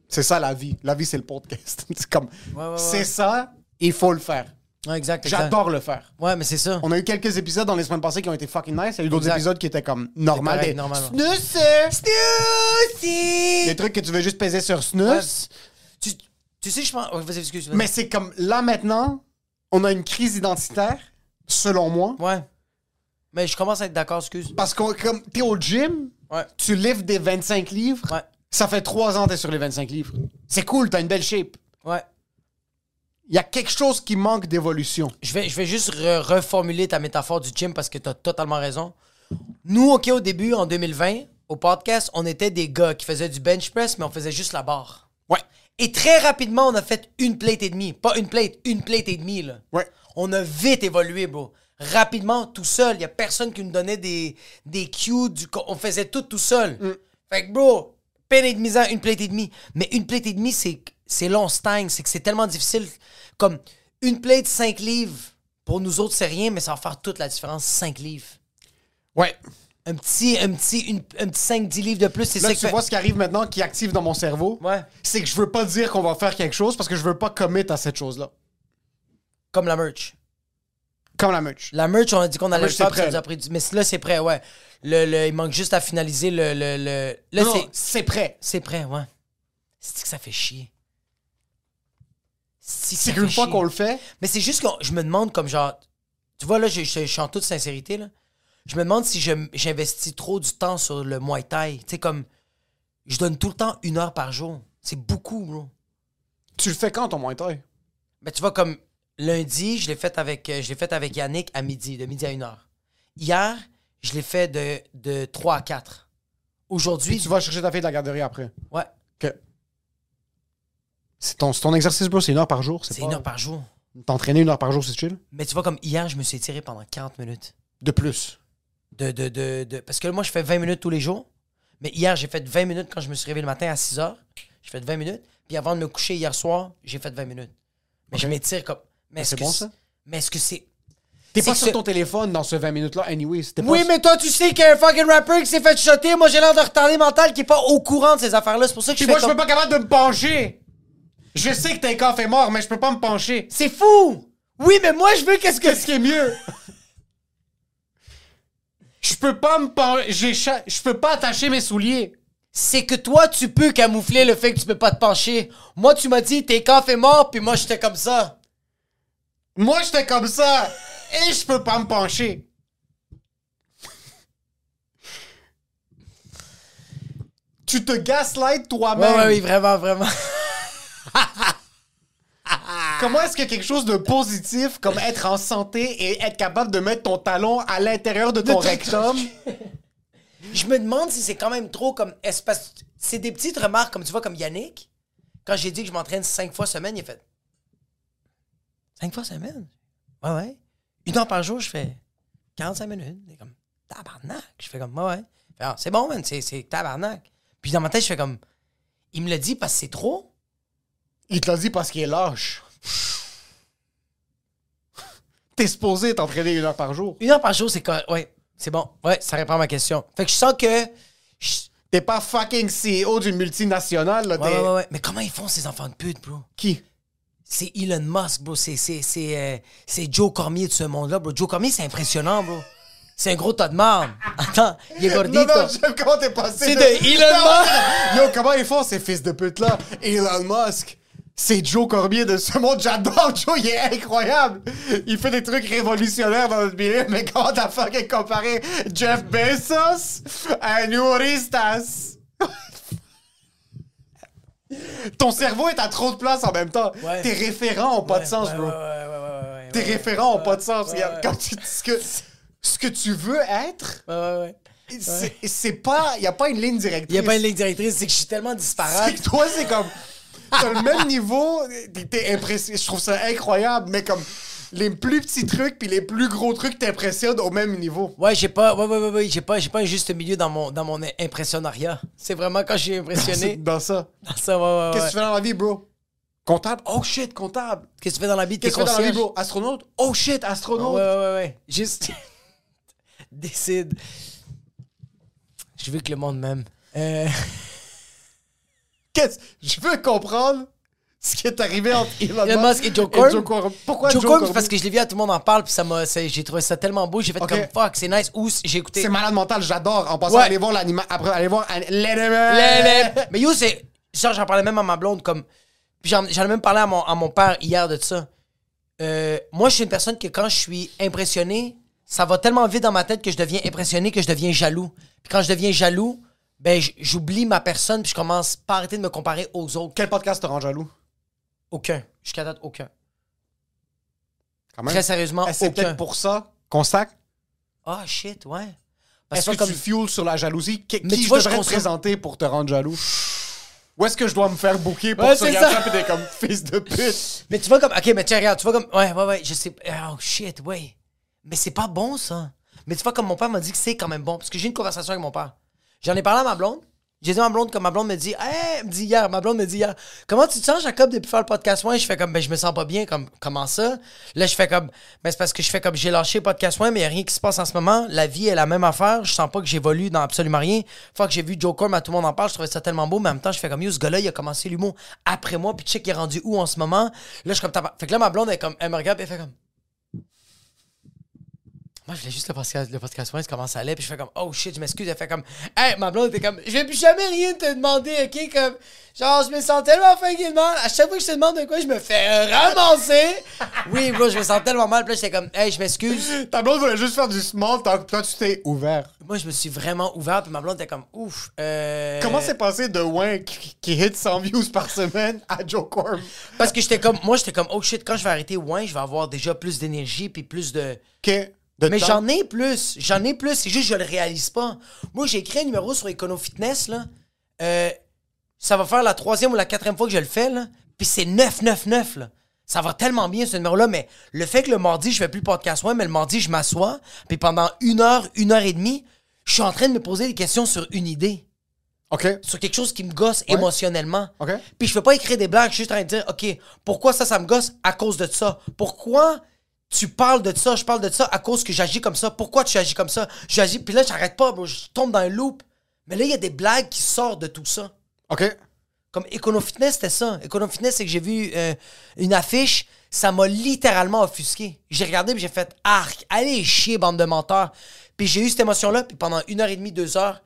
[SPEAKER 3] C'est ça la vie. La vie, c'est le podcast. c'est comme,
[SPEAKER 2] Ouais, ouais, ouais.
[SPEAKER 3] c'est ça, il faut le faire.
[SPEAKER 2] Ouais, exact. exact.
[SPEAKER 3] J'adore le faire.
[SPEAKER 2] Ouais, mais c'est ça.
[SPEAKER 3] On a eu quelques épisodes dans les semaines passées qui ont été fucking nice. Il y a eu d'autres
[SPEAKER 2] Exact.
[SPEAKER 3] épisodes qui étaient comme normal.
[SPEAKER 2] correct,
[SPEAKER 3] des-
[SPEAKER 2] normalement.
[SPEAKER 3] Snooze! Des
[SPEAKER 2] Snoozy!
[SPEAKER 3] trucs que tu veux juste peser sur
[SPEAKER 2] Ouais.
[SPEAKER 3] snooze.
[SPEAKER 2] Tu, tu sais, je pense. ouais, Vas-y, excuse. vas-y.
[SPEAKER 3] Mais c'est comme là maintenant, on a une crise identitaire, selon moi.
[SPEAKER 2] Ouais. Mais je commence à être d'accord, excuse.
[SPEAKER 3] Parce que comme t'es au gym,
[SPEAKER 2] Ouais.
[SPEAKER 3] tu lifts des 25 livres.
[SPEAKER 2] Ouais.
[SPEAKER 3] Ça fait trois ans que t'es sur les 25 livres. C'est cool, t'as une belle shape.
[SPEAKER 2] Ouais.
[SPEAKER 3] Il y a quelque chose qui manque d'évolution.
[SPEAKER 2] Je vais, je vais juste re- reformuler ta métaphore du gym parce que t'as totalement raison. Nous, OK, au début, en 2020, au podcast, on était des gars qui faisaient du bench press, mais on faisait juste la barre.
[SPEAKER 3] Ouais.
[SPEAKER 2] Et très rapidement, on a fait une plate et demie. Pas une plate, une plate et demie, là.
[SPEAKER 3] Ouais.
[SPEAKER 2] On a vite évolué, bro. Rapidement, tout seul. Il y a personne qui nous donnait des, des cues. Du, co- on faisait tout tout seul.
[SPEAKER 3] Mm.
[SPEAKER 2] Fait que, bro, peine et demie, une plate et demie. Mais une plate et demie, c'est, c'est long, stagne. C'est que c'est tellement difficile. Comme une plate, 5 livres. Pour nous autres, c'est rien, mais ça va faire toute la différence, 5 livres.
[SPEAKER 3] Ouais.
[SPEAKER 2] Un petit, un petit, une- un petit 5-10 livres de plus, c'est
[SPEAKER 3] Là,
[SPEAKER 2] ça
[SPEAKER 3] tu
[SPEAKER 2] qui fait-
[SPEAKER 3] vois ce qui arrive maintenant, qui active dans mon cerveau.
[SPEAKER 2] Ouais.
[SPEAKER 3] C'est que je veux pas dire qu'on va faire quelque chose parce que je veux pas commit à cette chose-là.
[SPEAKER 2] Comme la merch.
[SPEAKER 3] Comme la merch.
[SPEAKER 2] La merch, on a dit qu'on allait le
[SPEAKER 3] merch, c'est
[SPEAKER 2] faire, puis ça
[SPEAKER 3] prêt,
[SPEAKER 2] nous a
[SPEAKER 3] là.
[SPEAKER 2] pris du- Mais là, c'est prêt, ouais. Le, le- il manque juste à finaliser le. le, le... Là,
[SPEAKER 3] Non,
[SPEAKER 2] c'est-
[SPEAKER 3] c'est prêt.
[SPEAKER 2] C'est prêt, ouais. C'est que ça fait chier. C'est que ça
[SPEAKER 3] C'est
[SPEAKER 2] fait
[SPEAKER 3] qu'une fois
[SPEAKER 2] chier.
[SPEAKER 3] qu'on le fait,
[SPEAKER 2] Mais c'est juste que je me demande comme genre... Tu vois, là, je, je- je suis en toute sincérité, là. Je me demande si je- j'investis trop du temps sur le Muay Thai. Tu sais, comme... Je donne tout le temps une heure par jour. C'est beaucoup, bro.
[SPEAKER 3] tu le fais quand ton moins tard?
[SPEAKER 2] Mais tu vois, comme lundi, je l'ai fait, avec, euh, je l'ai fait avec Yannick à midi, de midi à une heure. Hier, je l'ai fait de, de 3 à 4. Aujourd'hui...
[SPEAKER 3] Puis tu vas chercher ta fille de la garderie après.
[SPEAKER 2] Ouais,
[SPEAKER 3] Ok. C'est ton, c'est ton exercice, bro, c'est une heure par jour.
[SPEAKER 2] c'est une heure par jour.
[SPEAKER 3] T'entraîner une heure par jour, c'est chill?
[SPEAKER 2] Mais tu vois, comme hier, je me suis étiré pendant 40 minutes.
[SPEAKER 3] De plus.
[SPEAKER 2] De, de, de, de- Parce que moi, je fais 20 minutes tous les jours. Mais hier, j'ai fait 20 minutes quand je me suis réveillé le matin à 6 heures. J'ai fait 20 minutes. Puis avant de me coucher hier soir, j'ai fait 20 minutes. Mais je m'étire comme. Mais est-ce
[SPEAKER 3] c'est
[SPEAKER 2] que
[SPEAKER 3] bon,
[SPEAKER 2] c'est-
[SPEAKER 3] ça?
[SPEAKER 2] Mais est-ce que c'est.
[SPEAKER 3] T'es
[SPEAKER 2] C'est
[SPEAKER 3] pas
[SPEAKER 2] que
[SPEAKER 3] sur
[SPEAKER 2] c'est-
[SPEAKER 3] ton téléphone dans ce 20 minutes-là, anyway. c'était pas
[SPEAKER 2] Oui,
[SPEAKER 3] sur-
[SPEAKER 2] mais toi, tu sais qu'il y a un fucking rapper qui s'est fait shotter. Moi, j'ai l'air de retardé mental qui est pas au courant de ces affaires-là. C'est pour ça que je
[SPEAKER 3] Puis
[SPEAKER 2] fais.
[SPEAKER 3] moi, je
[SPEAKER 2] comme-
[SPEAKER 3] suis pas capable de me pencher. Je sais que Tinkoff est mort, mais je peux pas me pencher.
[SPEAKER 2] C'est fou! Oui, mais moi, je veux qu'est-ce que.
[SPEAKER 3] Qu'est-ce qui est mieux? Je peux pas me pencher. j'ai cha- Je peux pas attacher mes souliers.
[SPEAKER 2] c'est que toi, tu peux camoufler le fait que tu peux pas te pencher. Moi, tu m'as dit, t'es quand fait mort, puis moi, j'étais comme ça.
[SPEAKER 3] Moi, j'étais comme ça. Et je peux pas me pencher. Tu te gaslightes
[SPEAKER 2] Ouais,
[SPEAKER 3] toi-même.
[SPEAKER 2] Ah, ben ouais, oui, vraiment, vraiment.
[SPEAKER 3] Comment est-ce que quelque chose de positif, comme être en santé et être capable de mettre ton talon à l'intérieur de ton
[SPEAKER 2] ton-
[SPEAKER 3] rectum,
[SPEAKER 2] Je me demande si c'est quand même trop comme espace. C'est des petites remarques, comme tu vois, comme Yannick. Quand j'ai dit que je m'entraîne cinq fois semaine, il a fait. Cinq fois semaine? Ouais, ouais. Une heure par jour, je fais 45 minutes. C'est comme tabarnak. Je fais comme, ouais, ouais. Il fait, Ah, c'est bon, man, c'est- c'est tabarnak. Puis dans ma tête, je fais comme. Il me le dit parce que c'est trop.
[SPEAKER 3] il te l'a dit parce qu'il est lâche. T'es supposé t'entraîner une heure par jour.
[SPEAKER 2] Une heure par jour, c'est quoi? Ouais, c'est bon. Ouais, ça répond à ma question. Fait que je sens que. je-
[SPEAKER 3] T'es pas fucking E CEO d'une multinationale, là.
[SPEAKER 2] Ouais,
[SPEAKER 3] t'es-
[SPEAKER 2] ouais, ouais, ouais. Mais comment ils font ces enfants de pute, bro?
[SPEAKER 3] Qui?
[SPEAKER 2] c'est Elon Musk, bro. C'est, c'est, c'est, euh, c'est Joe Cormier de ce monde-là, bro. Joe Cormier, c'est impressionnant, bro. C'est un gros tas de marde. Attends, il est gordito.
[SPEAKER 3] Non, non, j'aime comment t'es passé.
[SPEAKER 2] C'est de Elon
[SPEAKER 3] Musk! Yo, comment ils font, ces fils de pute-là? Elon Musk! C'est Joe Cormier de ce monde. J'adore Joe, il est incroyable! Il fait des trucs révolutionnaires dans notre milieu, mais comment t'as fucking comparé Jeff Bezos à Nouristas? Ton cerveau est à trop de place en même temps.
[SPEAKER 2] Ouais.
[SPEAKER 3] Tes référents ont pas de sens,
[SPEAKER 2] Ouais,
[SPEAKER 3] bro.
[SPEAKER 2] ouais, ouais, ouais, ouais, ouais,
[SPEAKER 3] Tes
[SPEAKER 2] ouais, ouais.
[SPEAKER 3] référents ont pas de sens.
[SPEAKER 2] ouais,
[SPEAKER 3] Regarde,
[SPEAKER 2] ouais.
[SPEAKER 3] quand tu dis ce que, ce que tu veux être,
[SPEAKER 2] Ouais, ouais, ouais.
[SPEAKER 3] c'est c'est pas. Il a pas une ligne directrice.
[SPEAKER 2] Il n'y a pas une ligne directrice, c'est que je suis tellement
[SPEAKER 3] C'est
[SPEAKER 2] disparate.
[SPEAKER 3] que toi, c'est comme. T'as le même niveau, t'es- t'es impressionné. Je trouve ça incroyable, mais comme. les plus petits trucs puis les plus gros trucs t'impressionnent au même niveau.
[SPEAKER 2] Ouais, j'ai pas, ouais, ouais, ouais, ouais, j'ai pas, j'ai pas un juste milieu dans mon, dans mon impressionnariat. C'est vraiment quand je suis
[SPEAKER 3] C'est
[SPEAKER 2] impressionné.
[SPEAKER 3] dans ça.
[SPEAKER 2] dans ça, ouais, ouais,
[SPEAKER 3] Qu'est-ce
[SPEAKER 2] Ah ouais.
[SPEAKER 3] que tu fais dans la vie, bro? Comptable? Oh shit, comptable!
[SPEAKER 2] Qu'est-ce que tu fais dans la vie de tes
[SPEAKER 3] Qu'est-ce que tu fais dans la vie,
[SPEAKER 2] concierges?
[SPEAKER 3] bro? Astronaute? Oh shit, astronaute!
[SPEAKER 2] Ah Ouais, ouais, ouais, ouais. Juste. Décide. Je veux que le monde m'aime. Euh,
[SPEAKER 3] Qu'est-ce- Je veux comprendre ce qui est arrivé entre Elon,
[SPEAKER 2] Elon Musk et Joe Corm.
[SPEAKER 3] Pourquoi Joe,
[SPEAKER 2] Joe Corm,
[SPEAKER 3] Corm?
[SPEAKER 2] parce que je l'ai vu, à tout le monde en parle, puis ça m'a, c'est- j'ai trouvé ça tellement beau, j'ai fait
[SPEAKER 3] Ok.
[SPEAKER 2] comme fuck, c'est nice. Ou j'ai écouté.
[SPEAKER 3] C'est malade mental, j'adore. En passant,
[SPEAKER 2] Ouais.
[SPEAKER 3] allez voir l'animal. Après, allez voir An-
[SPEAKER 2] Lele.
[SPEAKER 3] l'animal.
[SPEAKER 2] Mais yo, c'est. Genre, j'en parlais même à ma blonde, comme. Puis j'en j'en ai même parlé à mon, à mon père hier de ça. Euh, moi, je suis une personne que quand je suis impressionné, ça va tellement vite dans ma tête que je deviens impressionné, que je deviens jaloux. Puis quand je deviens jaloux, ben, j- j'oublie ma personne, puis je commence par arrêter de me comparer aux autres.
[SPEAKER 3] Quel podcast te rend jaloux?
[SPEAKER 2] Aucun. Jusqu'à date, aucun.
[SPEAKER 3] Quand même.
[SPEAKER 2] Très sérieusement,
[SPEAKER 3] Est-ce que Eh, C'est
[SPEAKER 2] aucun.
[SPEAKER 3] peut-être pour ça qu'on sac.
[SPEAKER 2] Ah, shit, ouais. Parce
[SPEAKER 3] Est-ce
[SPEAKER 2] que
[SPEAKER 3] que
[SPEAKER 2] comme.
[SPEAKER 3] tu fuels sur la jalousie? Qui,
[SPEAKER 2] Mais
[SPEAKER 3] qui
[SPEAKER 2] tu
[SPEAKER 3] je
[SPEAKER 2] vois, je
[SPEAKER 3] devrais te
[SPEAKER 2] consomme-
[SPEAKER 3] présenter pour te rendre jaloux? Où est-ce que je dois me faire bouquer pour
[SPEAKER 2] Ouais,
[SPEAKER 3] ce
[SPEAKER 2] c'est
[SPEAKER 3] gars-là
[SPEAKER 2] ça.
[SPEAKER 3] pis t'es comme fils de pute?
[SPEAKER 2] Mais tu vois comme. Ok, mais tiens, regarde, tu vois comme. Ouais, ouais, ouais, je sais. Oh shit, ouais. Mais c'est pas bon, ça. Mais tu vois comme mon père m'a dit que c'est quand même bon. Parce que j'ai eu une conversation avec mon père. J'en ai parlé à ma blonde. J'ai dit à ma blonde, comme ma blonde me dit, hey, elle me dit hier, ma blonde me dit hier, comment tu te sens, Jacob, depuis faire le podcast Moi, je fais comme, ben, je me sens pas bien, comme, comment ça? Là, je fais comme, ben, c'est parce que je fais comme, j'ai lâché le podcast Moins, mais il a rien qui se passe en ce moment. La vie est la même affaire. Je sens pas que j'évolue dans absolument rien. Fois que j'ai vu Joe Corm, à tout le monde en parle, je trouvais ça tellement beau, mais en même temps, je fais comme, yo, ce gars-là, il a commencé l'humour après moi, puis tu sais qu'il est rendu où en ce moment? Là, je suis comme, tabar- fait que là, ma blonde, elle, est comme, elle me regarde, puis elle fait comme, moi, je voulais juste le podcast, le podcast Wings, comment ça allait, puis je fais comme, oh shit, je m'excuse. Elle fait comme, hey, ma blonde était comme, je vais plus jamais rien te demander, ok? Comme, genre, je me sens tellement fucking mal. À chaque fois que je te demande de quoi, je me fais ramasser. oui, bro, je me sens tellement mal. Puis là, j'étais comme, hey, je m'excuse.
[SPEAKER 3] Ta blonde voulait juste faire du small talk, pis toi tu t'es ouvert.
[SPEAKER 2] Moi, je me suis vraiment ouvert, puis ma blonde était comme, ouf. euh,
[SPEAKER 3] Comment c'est passé de Win qui, qui hit 100 views par semaine à Joe Corm?
[SPEAKER 2] Parce que j'étais comme, moi, j'étais comme, oh shit, quand je vais arrêter Wings, je vais avoir déjà plus d'énergie, puis plus de.
[SPEAKER 3] Ok. De
[SPEAKER 2] Mais
[SPEAKER 3] temps.
[SPEAKER 2] j'en ai plus, j'en ai plus, c'est juste que je le réalise pas. Moi, j'ai écrit un numéro sur Econo Fitness, là. Euh, ça va faire la troisième ou la quatrième fois que je le fais, là. Puis c'est 999, là. Ça va tellement bien, ce numéro-là, mais le fait que le mardi, je fais plus de podcast, ouais, mais le mardi, je m'assois, puis pendant une heure, une heure et demie, je suis en train de me poser des questions sur une idée
[SPEAKER 3] Ok.
[SPEAKER 2] sur quelque chose qui me gosse émotionnellement.
[SPEAKER 3] OK.
[SPEAKER 2] Puis je peux pas écrire des blagues, je suis juste en train de dire, OK, pourquoi ça, ça me gosse à cause de ça? Pourquoi tu parles de ça, je parle de ça à cause que j'agis comme ça? Pourquoi tu agis comme ça? J'agis, puis là, j'arrête pas, bro, je tombe dans un loop. Mais là, il y a des blagues qui sortent de tout ça.
[SPEAKER 3] Ok.
[SPEAKER 2] Comme Econofitness, c'était ça. Econofitness, c'est que j'ai vu euh, une affiche, ça m'a littéralement offusqué. J'ai regardé puis j'ai fait arc, allez chier, bande de menteurs. Puis j'ai eu cette émotion-là, puis pendant une heure et demie, deux heures,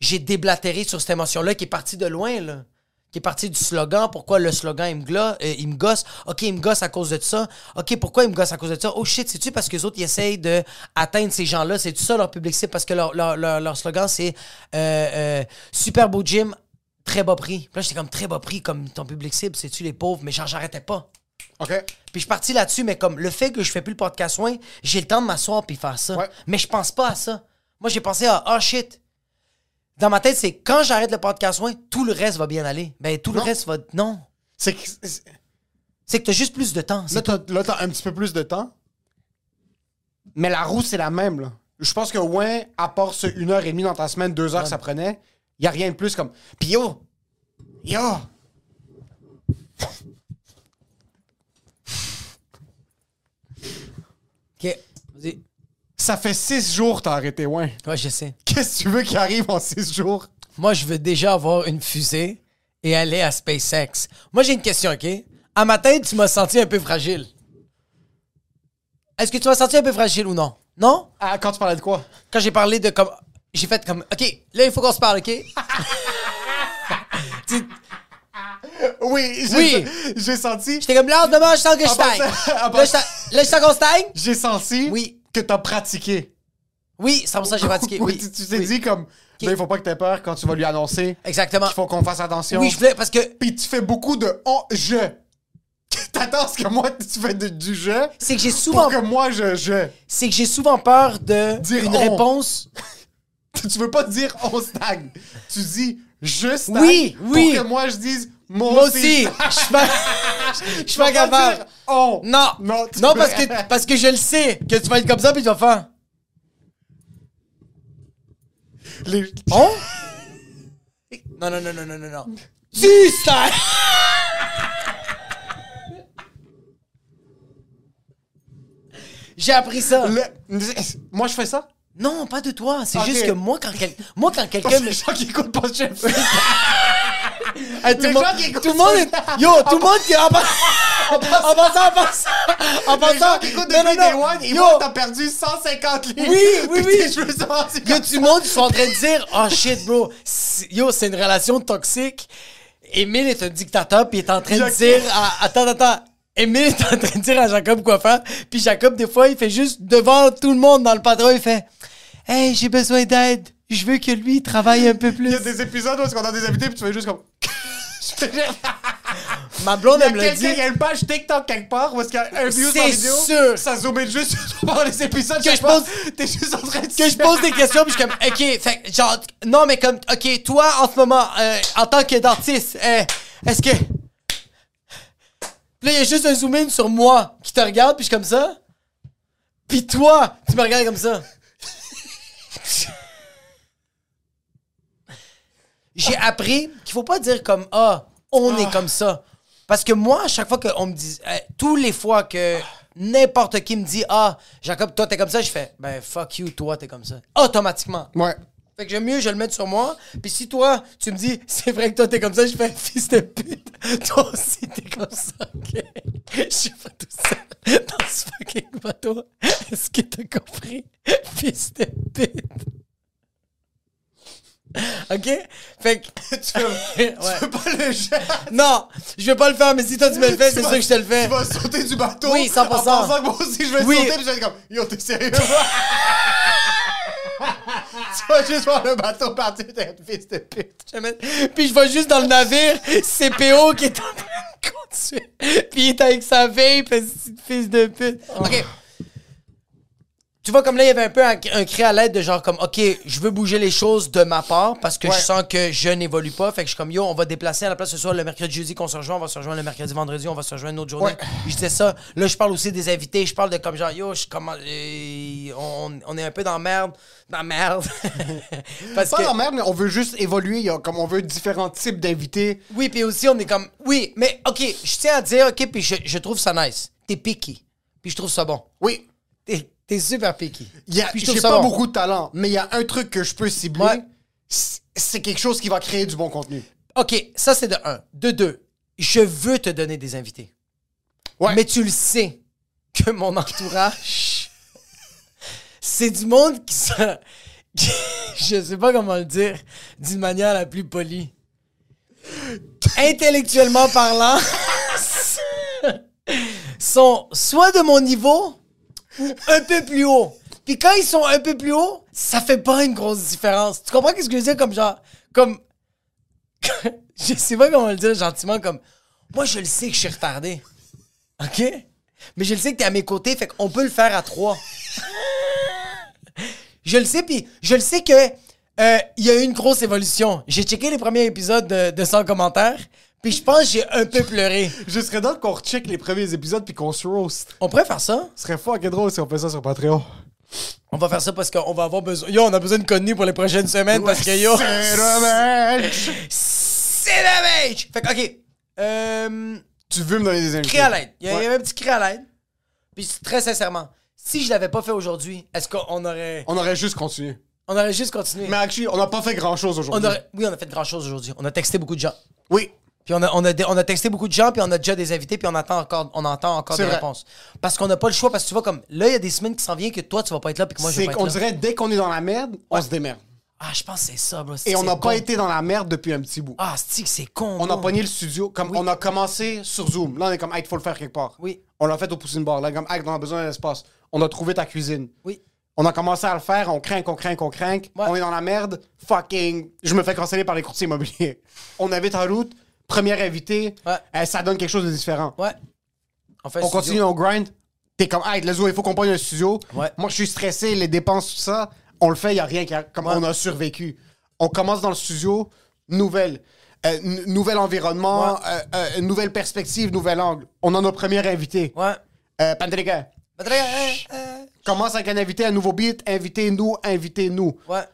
[SPEAKER 2] j'ai déblatéré sur cette émotion-là qui est partie de loin, là. Qui est partie du slogan, pourquoi le slogan il me, gla- euh, il me gosse, ok, il me gosse à cause de ça, ok, pourquoi il me gosse à cause de ça, oh shit, c'est-tu parce que les autres ils essayent de atteindre ces gens-là, c'est-tu ça leur public cible, parce que leur, leur, leur- leur slogan c'est euh, euh, super beau gym, très bas prix. Puis là, j'étais comme très bas prix, comme ton public cible, c'est-tu les pauvres, mais genre, j'arrêtais pas.
[SPEAKER 3] OK.
[SPEAKER 2] Puis je suis parti là-dessus, mais comme le fait que je fais plus le podcast soin, j'ai le temps de m'asseoir puis faire ça.
[SPEAKER 3] Ouais.
[SPEAKER 2] Mais je pense pas à ça. Moi, j'ai pensé à oh shit. Dans ma tête, c'est quand j'arrête le podcast soin, tout le reste va bien aller. Ben tout le
[SPEAKER 3] Non.
[SPEAKER 2] reste va non.
[SPEAKER 3] C'est que. c'est-
[SPEAKER 2] C'est que t'as juste plus de temps.
[SPEAKER 3] Là,
[SPEAKER 2] c'est
[SPEAKER 3] t'as, là, t'as un petit peu plus de temps. Mais la roue, c'est la même, là. Je pense que, ouais, à part ce une heure et demie dans ta semaine, deux heures que ça prenait, y a rien de plus comme. Pis yo! Yo!
[SPEAKER 2] tout. Ok. Vas-y.
[SPEAKER 3] Ça fait six jours que t'as arrêté, ouais.
[SPEAKER 2] Ouais, je sais.
[SPEAKER 3] Qu'est-ce que tu veux qui arrive en six jours?
[SPEAKER 2] Moi, je veux déjà avoir une fusée et aller à SpaceX. Moi, j'ai une question, OK? À matin, tu m'as senti un peu fragile. Est-ce que tu m'as senti un peu fragile ou non? Non?
[SPEAKER 3] Ah, quand tu parlais de quoi?
[SPEAKER 2] Quand j'ai parlé de comme. J'ai fait comme. OK, là, il faut qu'on se parle, OK? Tu-
[SPEAKER 3] Oui, j'ai,
[SPEAKER 2] Oui.
[SPEAKER 3] j'ai senti.
[SPEAKER 2] J'étais comme là, en ce moment, je sens que je
[SPEAKER 3] En
[SPEAKER 2] stagne.
[SPEAKER 3] passant- en
[SPEAKER 2] Là, je sens- là, je sens qu'on stagne?
[SPEAKER 3] J'ai senti
[SPEAKER 2] Oui.
[SPEAKER 3] que t'as pratiqué.
[SPEAKER 2] Oui, 100% j'ai pratiqué. Oui,
[SPEAKER 3] tu, tu t'es
[SPEAKER 2] oui.
[SPEAKER 3] dit comme. Là, il faut pas que t'aies peur quand tu vas lui annoncer.
[SPEAKER 2] Exactement.
[SPEAKER 3] Qu'il faut qu'on fasse attention.
[SPEAKER 2] Oui, je voulais parce que
[SPEAKER 3] Puis tu fais beaucoup de on je. T'attends ce que moi tu fais de- du je
[SPEAKER 2] c'est que j'ai
[SPEAKER 3] pour
[SPEAKER 2] souvent
[SPEAKER 3] que moi je je.
[SPEAKER 2] c'est que j'ai souvent peur de
[SPEAKER 3] Dire
[SPEAKER 2] une
[SPEAKER 3] on.
[SPEAKER 2] réponse
[SPEAKER 3] Tu veux pas dire on stagne. Tu dis je stagne
[SPEAKER 2] Oui,
[SPEAKER 3] pour
[SPEAKER 2] oui.
[SPEAKER 3] que moi je dise Moi,
[SPEAKER 2] Moi aussi, je suis pas, je suis pas
[SPEAKER 3] peux pas
[SPEAKER 2] capable.
[SPEAKER 3] dire on.
[SPEAKER 2] Non,
[SPEAKER 3] Non, tu
[SPEAKER 2] non
[SPEAKER 3] peux-
[SPEAKER 2] parce, que, parce que je le sais que tu vas être comme ça puis tu vas faire.
[SPEAKER 3] Les-
[SPEAKER 2] On? hein? Non, non, non, non, non, non, non. Tu sais! J'ai appris ça.
[SPEAKER 3] le- Moi, je fais ça.
[SPEAKER 2] Non, pas de toi. C'est
[SPEAKER 3] Ok.
[SPEAKER 2] juste que moi, quand, quel- moi, quand quelqu'un
[SPEAKER 3] Parce
[SPEAKER 2] me...
[SPEAKER 3] que les gens qui écoutent pas chef.
[SPEAKER 2] Hey, tout
[SPEAKER 3] les
[SPEAKER 2] le monde-
[SPEAKER 3] gens qui écoutent
[SPEAKER 2] tout le monde
[SPEAKER 3] ça-
[SPEAKER 2] est- Yo, tout le monde qui... En passant, en passant, en passant, en
[SPEAKER 3] Les gens
[SPEAKER 2] passant...
[SPEAKER 3] qui écoutent
[SPEAKER 2] Non, non,
[SPEAKER 3] depuis Day
[SPEAKER 2] non.
[SPEAKER 3] One, ils
[SPEAKER 2] Yo,
[SPEAKER 3] voient que t'as perdu 150 livres.
[SPEAKER 2] Oui, oui,
[SPEAKER 3] Puis
[SPEAKER 2] oui.
[SPEAKER 3] Je veux savoir si-
[SPEAKER 2] Yo, tout le monde, ils sont en train de dire, oh shit, bro, c'est- yo, c'est une relation toxique. Émile est un dictateur, puis il est en train de
[SPEAKER 3] Yo-
[SPEAKER 2] dire, à- attends, attends, Émile est en train de dire à Jacob quoi faire, puis Jacob, des fois, il fait juste devant tout le monde dans le patron, il fait, hey, j'ai besoin d'aide, je veux que lui il travaille un peu
[SPEAKER 3] Il y
[SPEAKER 2] plus.
[SPEAKER 3] a des épisodes où on a des invités puis tu fais juste comme. Je te jure.
[SPEAKER 2] Ma blonde,
[SPEAKER 3] Il y a
[SPEAKER 2] elle me l'a
[SPEAKER 3] quelqu'un,
[SPEAKER 2] dit.
[SPEAKER 3] il y a une page TikTok quelque part où est-ce qu'il y a un view sur
[SPEAKER 2] C'est
[SPEAKER 3] vidéo.
[SPEAKER 2] sûr.
[SPEAKER 3] Ça zoome juste sur pendant les épisodes. chaque
[SPEAKER 2] je
[SPEAKER 3] fois,
[SPEAKER 2] pense-
[SPEAKER 3] T'es juste en train de.
[SPEAKER 2] que je pose des questions puis je suis comme ok fait que genre non mais comme ok toi en ce moment euh, en tant que dentiste euh, est-ce que Puis là il y a juste un zoom in sur moi qui te regarde puis je suis comme ça puis toi tu me regardes comme ça j'ai appris qu'il faut pas dire comme ah on est comme ça parce que moi à chaque fois qu'on me dit euh, tous les fois que n'importe qui me dit ah Jacob toi t'es comme ça je fais ben fuck you toi t'es comme ça automatiquement
[SPEAKER 3] Ouais.
[SPEAKER 2] fait que j'aime mieux je le mettre sur moi puis si toi tu me dis c'est vrai que toi t'es comme ça je fais fils de pute toi aussi t'es comme ça ok je suis pas tout seul dans ce fucking bateau est-ce que t'as compris fils de pute ok fait que
[SPEAKER 3] Tu veux,
[SPEAKER 2] Ouais.
[SPEAKER 3] tu veux pas le gel.
[SPEAKER 2] non, je vais pas le faire, mais si toi tu me le fais, c'est sûr que je te le fais.
[SPEAKER 3] Tu vas sauter du bateau.
[SPEAKER 2] Oui, 100%.
[SPEAKER 3] En pensant que moi aussi je vais
[SPEAKER 2] Oui.
[SPEAKER 3] sauter puis je vais être comme. Yo, t'es sérieux? tu vas juste voir le bateau partir d'un fils de pute.
[SPEAKER 2] Jamais. Puis je vois juste dans le navire CPO qui est en train de conduire. Puis il est avec sa veille, fils de pute.
[SPEAKER 3] Ah.
[SPEAKER 2] OK. Tu vois, comme là, il y avait un peu un, un cri à l'aide de genre comme, OK, je veux bouger les choses de ma part parce que je sens que je n'évolue pas. Fait que je suis comme, yo, on va déplacer à la place ce soir le mercredi, jeudi qu'on se rejoint, on va se rejoindre le mercredi, vendredi, on va se rejoindre une autre journée.
[SPEAKER 3] Ouais.
[SPEAKER 2] Je disais ça. Là, je parle aussi des invités. Je parle de comme genre, yo, je commence- euh, on, on est un peu dans la merde. Dans la merde. parce
[SPEAKER 3] Pas la merde, mais on veut juste évoluer. il y a comme on veut différents types d'invités.
[SPEAKER 2] Oui, puis aussi, on est comme. Oui, mais OK, je tiens à dire, OK, puis je, je trouve ça nice. T'es picky. Puis je trouve ça bon.
[SPEAKER 3] Oui.
[SPEAKER 2] T'es t'es super picky.
[SPEAKER 3] Il y a-
[SPEAKER 2] Puis je trouve
[SPEAKER 3] J'ai
[SPEAKER 2] ça
[SPEAKER 3] pas
[SPEAKER 2] bon.
[SPEAKER 3] beaucoup de talent, mais il y a un truc que je peux cibler.
[SPEAKER 2] Ouais.
[SPEAKER 3] C'est- C'est quelque chose qui va créer du bon contenu.
[SPEAKER 2] OK, ça, c'est de un. De deux, je veux te donner des invités.
[SPEAKER 3] Ouais.
[SPEAKER 2] Mais tu le sais que mon entourage, c'est du monde qui se. je sais pas comment le dire d'une manière la plus polie. Intellectuellement parlant, sont soit de mon niveau ou un peu plus haut. Puis quand ils sont un peu plus haut, ça fait pas une grosse différence. Tu comprends ce que je veux dire comme genre comme je sais pas comment le dire gentiment comme moi je le sais que je suis retardé. OK Mais je le sais que t'es à mes côtés fait qu'on peut le faire à trois. je le sais puis je le sais que euh, il y a eu une grosse évolution. J'ai checké les premiers épisodes de, de 100 commentaires, puis je pense que j'ai un peu pleuré.
[SPEAKER 3] Je serais donc qu'on recheck les premiers épisodes puis qu'on se roast.
[SPEAKER 2] On pourrait faire ça
[SPEAKER 3] Ce serait fucking drôle si on fait ça sur Patreon.
[SPEAKER 2] On va faire ça parce qu'on va avoir besoin. Yo, on a besoin de connus pour les prochaines semaines parce que yo.
[SPEAKER 3] C'est dommage.
[SPEAKER 2] C'est la mèche! Fait que, ok. Euh,
[SPEAKER 3] Tu veux me donner des invités?
[SPEAKER 2] cri à l'aide. Il y a- il y
[SPEAKER 3] Ouais.
[SPEAKER 2] avait un petit cri à l'aide. Puis c'est très sincèrement, si je l'avais pas fait aujourd'hui, est-ce qu'on aurait.
[SPEAKER 3] On aurait juste continué.
[SPEAKER 2] On aurait juste continué.
[SPEAKER 3] Mais actually, on n'a pas fait grand chose
[SPEAKER 2] On
[SPEAKER 3] aujourd'hui.
[SPEAKER 2] aurait... Oui, on a fait grand chose aujourd'hui. On a texté beaucoup de gens.
[SPEAKER 3] Oui.
[SPEAKER 2] Puis on a, on, a, dé- on a texté beaucoup de gens, puis on a déjà des invités, puis on attend encore, on entend encore
[SPEAKER 3] C'est
[SPEAKER 2] des
[SPEAKER 3] vrai.
[SPEAKER 2] réponses. Parce qu'on n'a pas le choix, parce que tu vois, comme là, il y a des semaines qui s'en viennent que toi, tu vas pas être là, puis que moi, je vais
[SPEAKER 3] C'est
[SPEAKER 2] pas
[SPEAKER 3] qu'on
[SPEAKER 2] être là.
[SPEAKER 3] dirait dès qu'on est dans la merde, on se démerde.
[SPEAKER 2] Ah, je pense que c'est ça, bro. C'est-
[SPEAKER 3] Et on n'a
[SPEAKER 2] c'est con.
[SPEAKER 3] pas été dans la merde depuis un petit bout.
[SPEAKER 2] Ah, c'est c'est con.
[SPEAKER 3] On a
[SPEAKER 2] bro.
[SPEAKER 3] pogné le studio, comme on a commencé sur Zoom. Là, on est comme, hey, faut le faire quelque part.
[SPEAKER 2] Oui.
[SPEAKER 3] On l'a fait au Poutine Bar. Là, comme, hey, on a besoin d'un espace. On a trouvé ta cuisine.
[SPEAKER 2] Oui.
[SPEAKER 3] On a commencé à le faire, on craint, on craint, on craint. On est dans la merde. Fucking. Je me fais canceller par les courtiers immobiliers. On invite en route, première invitée.
[SPEAKER 2] Ouais.
[SPEAKER 3] Eh, ça donne quelque chose de différent.
[SPEAKER 2] Ouais. On fait
[SPEAKER 3] On
[SPEAKER 2] un studio.
[SPEAKER 3] continue, on grind. T'es comme, hey, let's go, il faut qu'on pogne un studio.
[SPEAKER 2] Ouais.
[SPEAKER 3] Moi, je suis stressé, les dépenses, tout ça. On le fait, il n'y a rien qui a. Comme
[SPEAKER 2] Ouais.
[SPEAKER 3] on a survécu. On commence dans le studio, nouvelle. euh, n- nouvel environnement, euh, euh, nouvelle perspective, nouvel angle. On a nos premiers invités.
[SPEAKER 2] Ouais. Bah,
[SPEAKER 3] Euh, Pandriga,
[SPEAKER 2] hein,
[SPEAKER 3] commence avec un invité, un nouveau beat, invitez-nous, invitez-nous.
[SPEAKER 2] Ouais.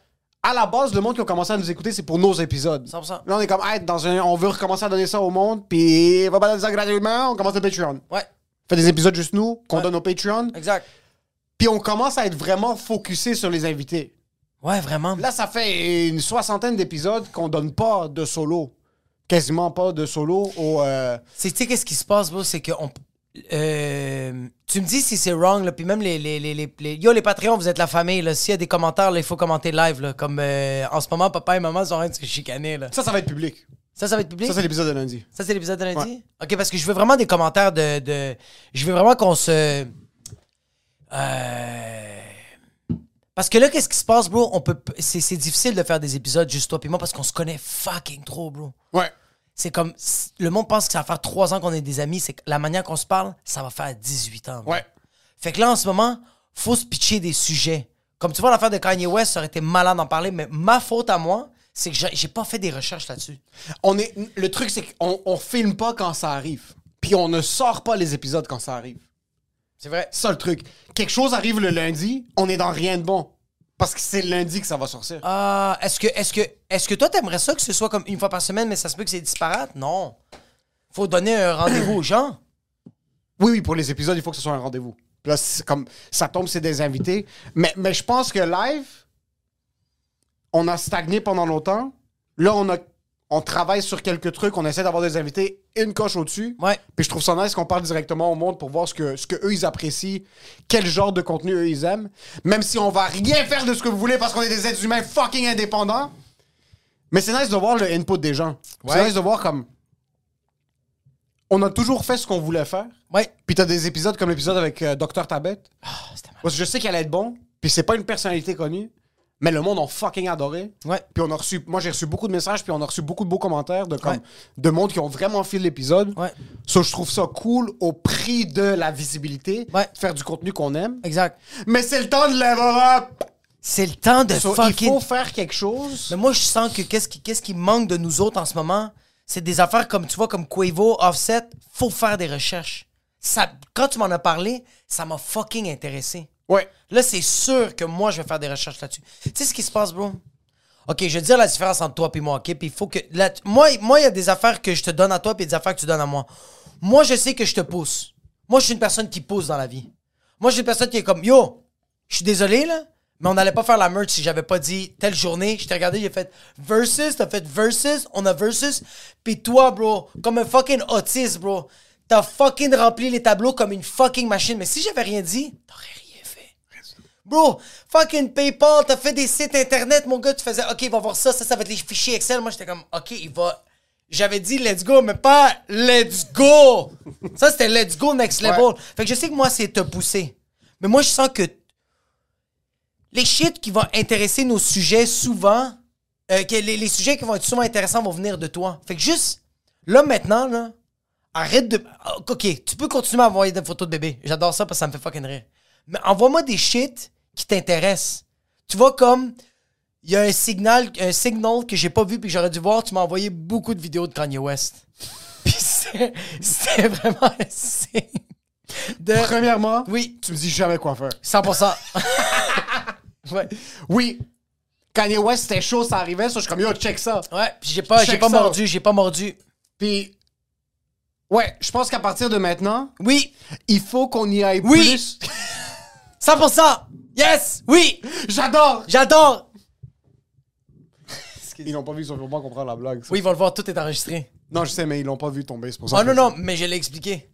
[SPEAKER 3] À la base, le monde qui a commencé à nous écouter, c'est pour nos épisodes.
[SPEAKER 2] 100%.
[SPEAKER 3] Là, on est comme, hey, dans un, on veut recommencer à donner ça au monde, puis on va pas donner ça gratuitement, on commence le Patreon.
[SPEAKER 2] Ouais.
[SPEAKER 3] Fait des épisodes juste nous, qu'on
[SPEAKER 2] Ouais.
[SPEAKER 3] donne au Patreon,
[SPEAKER 2] Exact.
[SPEAKER 3] puis on commence à être vraiment focusé sur les invités.
[SPEAKER 2] Ouais, vraiment.
[SPEAKER 3] Là, ça fait une soixantaine d'épisodes qu'on donne pas de solo. Quasiment pas de solo au. euh,
[SPEAKER 2] C'est, tu sais, qu'est-ce qui se passe, bro? C'est que on- euh, tu me dis si c'est wrong, là, puis même les, les, les, les- les- Yo, les Patreons, vous êtes la famille, là. S'il y a des commentaires, là, il faut commenter live, là. Comme euh, en ce moment, papa et maman sont en train de se chicaner, là.
[SPEAKER 3] Ça, ça va être public.
[SPEAKER 2] Ça, ça va être public?
[SPEAKER 3] Ça, c'est l'épisode de lundi.
[SPEAKER 2] Ça, c'est l'épisode de lundi? OK, parce que je veux vraiment des commentaires de. de- Je veux vraiment qu'on se. Euh, Parce que là, qu'est-ce qui se passe, bro? On peut... p- c'est, c'est difficile de faire des épisodes juste toi et moi parce qu'on se connaît fucking trop, bro.
[SPEAKER 3] Ouais.
[SPEAKER 2] C'est comme. s- Le monde pense que ça va faire trois ans qu'on est des amis. C'est que la manière qu'on se parle, ça va faire 18 ans. bro.
[SPEAKER 3] Ouais.
[SPEAKER 2] Fait que là, en ce moment, faut se pitcher des sujets. Comme tu vois, l'affaire de Kanye West, ça aurait été malade d'en parler, mais ma faute à moi, c'est que j'ai, j'ai pas fait des recherches là-dessus.
[SPEAKER 3] On est, le truc, c'est qu'on on filme pas quand ça arrive. Puis on ne sort pas les épisodes quand ça arrive.
[SPEAKER 2] C'est vrai.
[SPEAKER 3] C'est ça le truc. Quelque chose arrive le lundi, on est dans rien de bon. Parce que c'est le lundi que ça va sortir.
[SPEAKER 2] Ah, est-ce que, est-ce que, est-ce que toi t'aimerais ça que ce soit comme une fois par semaine, mais ça se peut que c'est disparate Non. Faut donner un rendez-vous aux gens.
[SPEAKER 3] Oui, oui, pour les épisodes, il faut que ce soit un rendez-vous. Puis Là, c'est comme ça tombe, c'est des invités. Mais, mais je pense que live, on a stagné pendant longtemps. Là, on a on travaille sur quelques trucs, on essaie d'avoir des invités une coche au-dessus.
[SPEAKER 2] Ouais.
[SPEAKER 3] Puis je trouve ça nice qu'on parle directement au monde pour voir ce que, ce que eux ils apprécient, quel genre de contenu eux ils aiment. Même si on va rien faire de ce que vous voulez parce qu'on est des êtres humains fucking indépendants. Mais c'est nice de voir le input des gens. C'est
[SPEAKER 2] Ouais.
[SPEAKER 3] nice de voir comme. On a toujours fait ce qu'on voulait faire.
[SPEAKER 2] Ouais.
[SPEAKER 3] Puis t'as des épisodes comme l'épisode avec euh, Docteur Tabet.
[SPEAKER 2] Ah, c'était mal.
[SPEAKER 3] Parce que je sais qu'elle allait être bon. Puis c'est pas une personnalité connue. Mais le monde a fucking adoré.
[SPEAKER 2] Ouais.
[SPEAKER 3] Puis on a reçu. Moi, j'ai reçu beaucoup de messages. Puis on a reçu beaucoup de beaux commentaires de, comme,
[SPEAKER 2] Ouais.
[SPEAKER 3] de monde qui ont vraiment fait l'épisode.
[SPEAKER 2] Ouais.
[SPEAKER 3] So, je trouve ça cool au prix de la visibilité.
[SPEAKER 2] Ouais.
[SPEAKER 3] de Faire du contenu qu'on aime.
[SPEAKER 2] Exact.
[SPEAKER 3] Mais c'est le temps de level up.
[SPEAKER 2] C'est le temps de
[SPEAKER 3] So, il
[SPEAKER 2] fucking.
[SPEAKER 3] faut faire quelque chose.
[SPEAKER 2] Mais moi, je sens que qu'est-ce qui, qu'est-ce qui manque de nous autres en ce moment, c'est des affaires comme, tu vois, comme Quavo, Offset. Faut faire des recherches. Ça, quand tu m'en as parlé, ça m'a fucking intéressé.
[SPEAKER 3] Ouais.
[SPEAKER 2] Là, c'est sûr que moi, je vais faire des recherches là-dessus. Tu sais ce qui se passe, bro? OK, je vais te dire la différence entre toi et moi, OK? Puis il faut que... là, tu- moi, moi, il y a des affaires que je te donne à toi puis des affaires que tu donnes à moi. Moi, je sais que je te pousse. Moi, je suis une personne qui pousse dans la vie. Moi, je suis une personne qui est comme, yo, je suis désolé, là, mais on n'allait pas faire la merch si j'avais pas dit telle journée. Je t'ai regardé, j'ai fait versus, t'as fait versus, on a versus. Puis toi, bro, comme un fucking autiste, bro, t'as fucking rempli les tableaux comme une fucking machine. Mais si j'avais rien dit, t'aurais rien fait. Bro, fucking PayPal, t'as fait des sites internet, mon gars, tu faisais, OK, il va voir ça, ça, ça va être les fichiers Excel. Moi, j'étais comme, OK, il va. J'avais dit let's go, mais pas let's go. Ça, c'était let's go next level.
[SPEAKER 3] Ouais.
[SPEAKER 2] Fait que je sais que moi, c'est te pousser. Mais moi, je sens que les shit qui vont intéresser nos sujets souvent, euh, que les, les sujets qui vont être souvent intéressants vont venir de toi. Fait que juste, là, maintenant, là, arrête de. Ah, Ok, tu peux continuer à envoyer des photos de bébé. J'adore ça parce que ça me fait fucking rire. Mais envoie-moi des shit qui t'intéressent. Tu vois, comme, il y a un signal, un signal que j'ai pas vu puis que j'aurais dû voir, tu m'as envoyé beaucoup de vidéos de Kanye West. Puis c'est- c'était vraiment un signe. De...
[SPEAKER 3] Premièrement,
[SPEAKER 2] Oui,
[SPEAKER 3] tu me dis jamais quoi faire.
[SPEAKER 2] 100%. ouais.
[SPEAKER 3] Oui. Kanye West, c'était chaud, ça arrivait. So, je suis comme, yo, check ça.
[SPEAKER 2] Ouais, puis j'ai pas, j'ai
[SPEAKER 3] Check
[SPEAKER 2] pas
[SPEAKER 3] ça.
[SPEAKER 2] mordu, j'ai pas mordu.
[SPEAKER 3] Puis, ouais, je pense qu'à partir de maintenant,
[SPEAKER 2] Oui,
[SPEAKER 3] il faut qu'on y aille
[SPEAKER 2] Oui.
[SPEAKER 3] plus.
[SPEAKER 2] 100%! Yes! Oui!
[SPEAKER 3] J'adore!
[SPEAKER 2] J'adore!
[SPEAKER 3] Ils n'ont pas vu, ils ont vraiment comprendre la blague. ça.
[SPEAKER 2] Oui, ils vont le voir, tout est enregistré.
[SPEAKER 3] Non, je sais, mais ils l'ont pas vu tomber, c'est pour ça.
[SPEAKER 2] Oh
[SPEAKER 3] que-
[SPEAKER 2] non, non, mais je l'ai expliqué.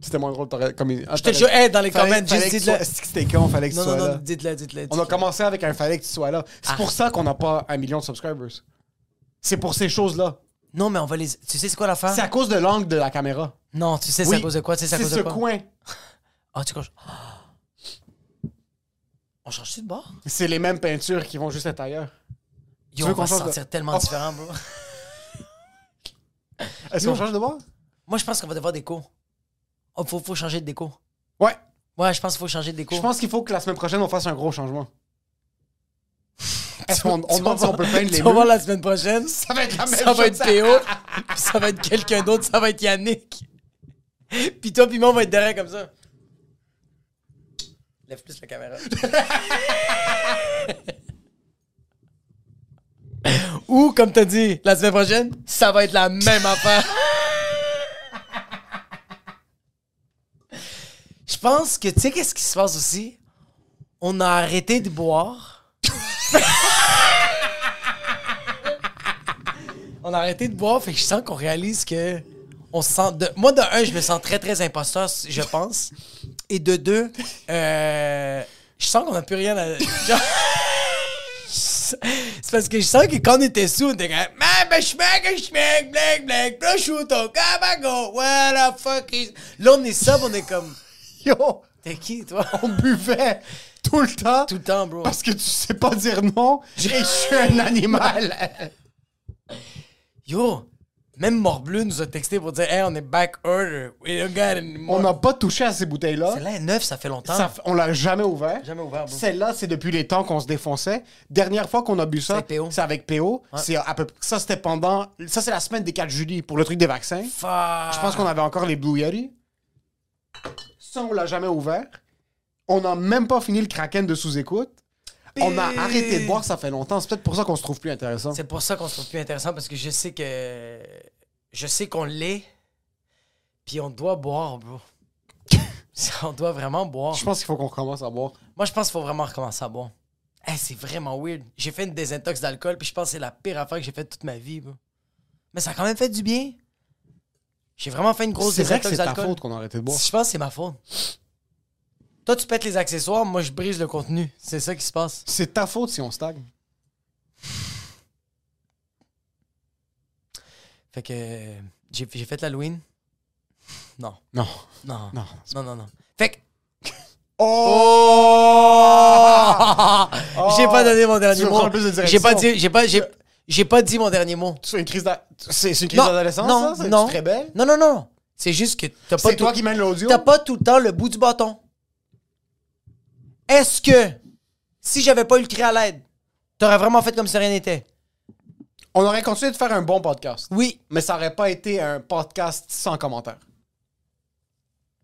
[SPEAKER 3] C'était moins drôle, t'aurais- comme Je
[SPEAKER 2] te jure, hey, dans les comments, juste dites-le.
[SPEAKER 3] C'était con, fallait que tu
[SPEAKER 2] Non, non, Ah.
[SPEAKER 3] sois
[SPEAKER 2] non,
[SPEAKER 3] là.
[SPEAKER 2] dites-le, dites-le.
[SPEAKER 3] On a commencé avec un fallait que tu sois là. C'est pour ça qu'on n'a pas un million de subscribers. C'est pour ces choses-là.
[SPEAKER 2] Non, mais on va les. Tu sais, c'est quoi l'affaire?
[SPEAKER 3] C'est à cause de l'angle de la caméra.
[SPEAKER 2] Non, tu sais, c'est
[SPEAKER 3] Oui.
[SPEAKER 2] à cause de quoi? Tu sais, c'est à cause
[SPEAKER 3] ce
[SPEAKER 2] de quoi?
[SPEAKER 3] coin.
[SPEAKER 2] Ah, tu crois. Ah. On change-tu de bord?
[SPEAKER 3] C'est les mêmes peintures qui vont juste être ailleurs.
[SPEAKER 2] Yo,
[SPEAKER 3] veux
[SPEAKER 2] on
[SPEAKER 3] qu'on
[SPEAKER 2] va se
[SPEAKER 3] change de-
[SPEAKER 2] sentir tellement
[SPEAKER 3] Oh.
[SPEAKER 2] différent, bro.
[SPEAKER 3] Est-ce qu'on change de bord?
[SPEAKER 2] Moi, je pense qu'on va devoir déco. Oh, faut, faut changer de déco.
[SPEAKER 3] Ouais.
[SPEAKER 2] Ouais, je pense qu'il faut changer de déco.
[SPEAKER 3] Je pense qu'il faut que la semaine prochaine, on fasse un gros changement. Est-ce qu'on on
[SPEAKER 2] Tu vas
[SPEAKER 3] demande si on peut
[SPEAKER 2] voir-
[SPEAKER 3] peindre
[SPEAKER 2] Tu
[SPEAKER 3] les
[SPEAKER 2] vas voir
[SPEAKER 3] murs?
[SPEAKER 2] la semaine prochaine.
[SPEAKER 3] Ça va être la même
[SPEAKER 2] Ça va
[SPEAKER 3] chose.
[SPEAKER 2] être PO, puis ça va être quelqu'un d'autre, ça va être Yannick. Puis toi, puis moi, on va être derrière comme ça. Lève plus la caméra. Ou, comme t'as dit, la semaine prochaine, ça va être la même affaire. Je pense que, tu sais, qu'est-ce qui se passe aussi? On a arrêté de boire. On a arrêté de boire, fait que je sens qu'on réalise que. On se sent de... Moi, de un, je me sens très, très imposteur, je pense. Et de deux, euh, je sens qu'on n'a plus rien à. Genre- C'est parce que je sens que quand on était sous, on était comme. Ah, ben, schmeck, schmeck, black, black, prosciutto, cabago, ah, ben, what the fuck is. Là, on est sub, on est comme.
[SPEAKER 3] Yo,
[SPEAKER 2] T'es qui, toi?
[SPEAKER 3] on buvait tout le temps.
[SPEAKER 2] Tout le temps, bro.
[SPEAKER 3] Parce que tu sais pas dire non. Et je suis un animal.
[SPEAKER 2] Yo, même Morbleu nous a texté pour dire, hey, on est back order. We don't got any more.
[SPEAKER 3] On n'a pas touché à ces bouteilles-là.
[SPEAKER 2] Celle-là est neuve, ça fait longtemps.
[SPEAKER 3] Ah. Ça, on l'a jamais ouvert.
[SPEAKER 2] Jamais ouvert, bro.
[SPEAKER 3] Celle-là, c'est depuis les temps qu'on se défonçait. Dernière fois qu'on a bu ça,
[SPEAKER 2] C'est avec PO.
[SPEAKER 3] c'est avec PO. C'est à peu ça c'était pendant ça c'est la semaine des 4 juillet pour le truc des vaccins. Je pense qu'on avait encore les Blue Yeti. Ça on l'a jamais ouvert. On n'a même pas fini le Kraken de sous-écoute. On a arrêté de boire, ça fait longtemps. C'est peut-être pour ça qu'on se trouve plus intéressant.
[SPEAKER 2] C'est pour ça qu'on se trouve plus intéressant parce que je sais que. Je sais qu'on l'est, puis on doit boire, bro. Ça, on doit vraiment boire.
[SPEAKER 3] Je pense qu'il faut qu'on recommence à boire.
[SPEAKER 2] Moi, je pense qu'il faut vraiment recommencer à boire. Hey, c'est vraiment weird. J'ai fait une désintox d'alcool, puis je pense que c'est la pire affaire que j'ai faite toute ma vie, bro. Mais ça a quand même fait du bien. J'ai vraiment fait une grosse
[SPEAKER 3] C'est vrai que
[SPEAKER 2] désintox
[SPEAKER 3] c'est ta
[SPEAKER 2] d'alcool.
[SPEAKER 3] faute qu'on a arrêté de boire.
[SPEAKER 2] Je pense que c'est ma faute. Toi, tu pètes les accessoires, moi, je brise le contenu. C'est ça qui se passe.
[SPEAKER 3] C'est ta faute si on stagne.
[SPEAKER 2] Fait que euh, j'ai j'ai fait l'Halloween. Non,
[SPEAKER 3] Non.
[SPEAKER 2] non,
[SPEAKER 3] Non.
[SPEAKER 2] non, non, non. Fait que
[SPEAKER 3] Oh!
[SPEAKER 2] j'ai pas donné mon dernier
[SPEAKER 3] veux
[SPEAKER 2] mot.
[SPEAKER 3] prendre plus de direction.
[SPEAKER 2] J'ai pas dit, j'ai pas, j'ai, j'ai pas dit mon dernier mot.
[SPEAKER 3] C'est une crise d'a- c'est- c'est une crise
[SPEAKER 2] Non,
[SPEAKER 3] d'adolescence,
[SPEAKER 2] non,
[SPEAKER 3] ça? C'est-
[SPEAKER 2] non.
[SPEAKER 3] tu te rebelles?
[SPEAKER 2] Non, non, non. C'est juste que t'as pas.
[SPEAKER 3] C'est toi
[SPEAKER 2] tout-
[SPEAKER 3] qui mène l'audio?
[SPEAKER 2] T'as pas tout le temps le bout du bâton. Est-ce que si j'avais pas eu le cri à l'aide, t'aurais vraiment fait comme si rien n'était
[SPEAKER 3] On aurait continué de faire un bon podcast.
[SPEAKER 2] Oui.
[SPEAKER 3] Mais ça aurait pas été un podcast sans commentaire.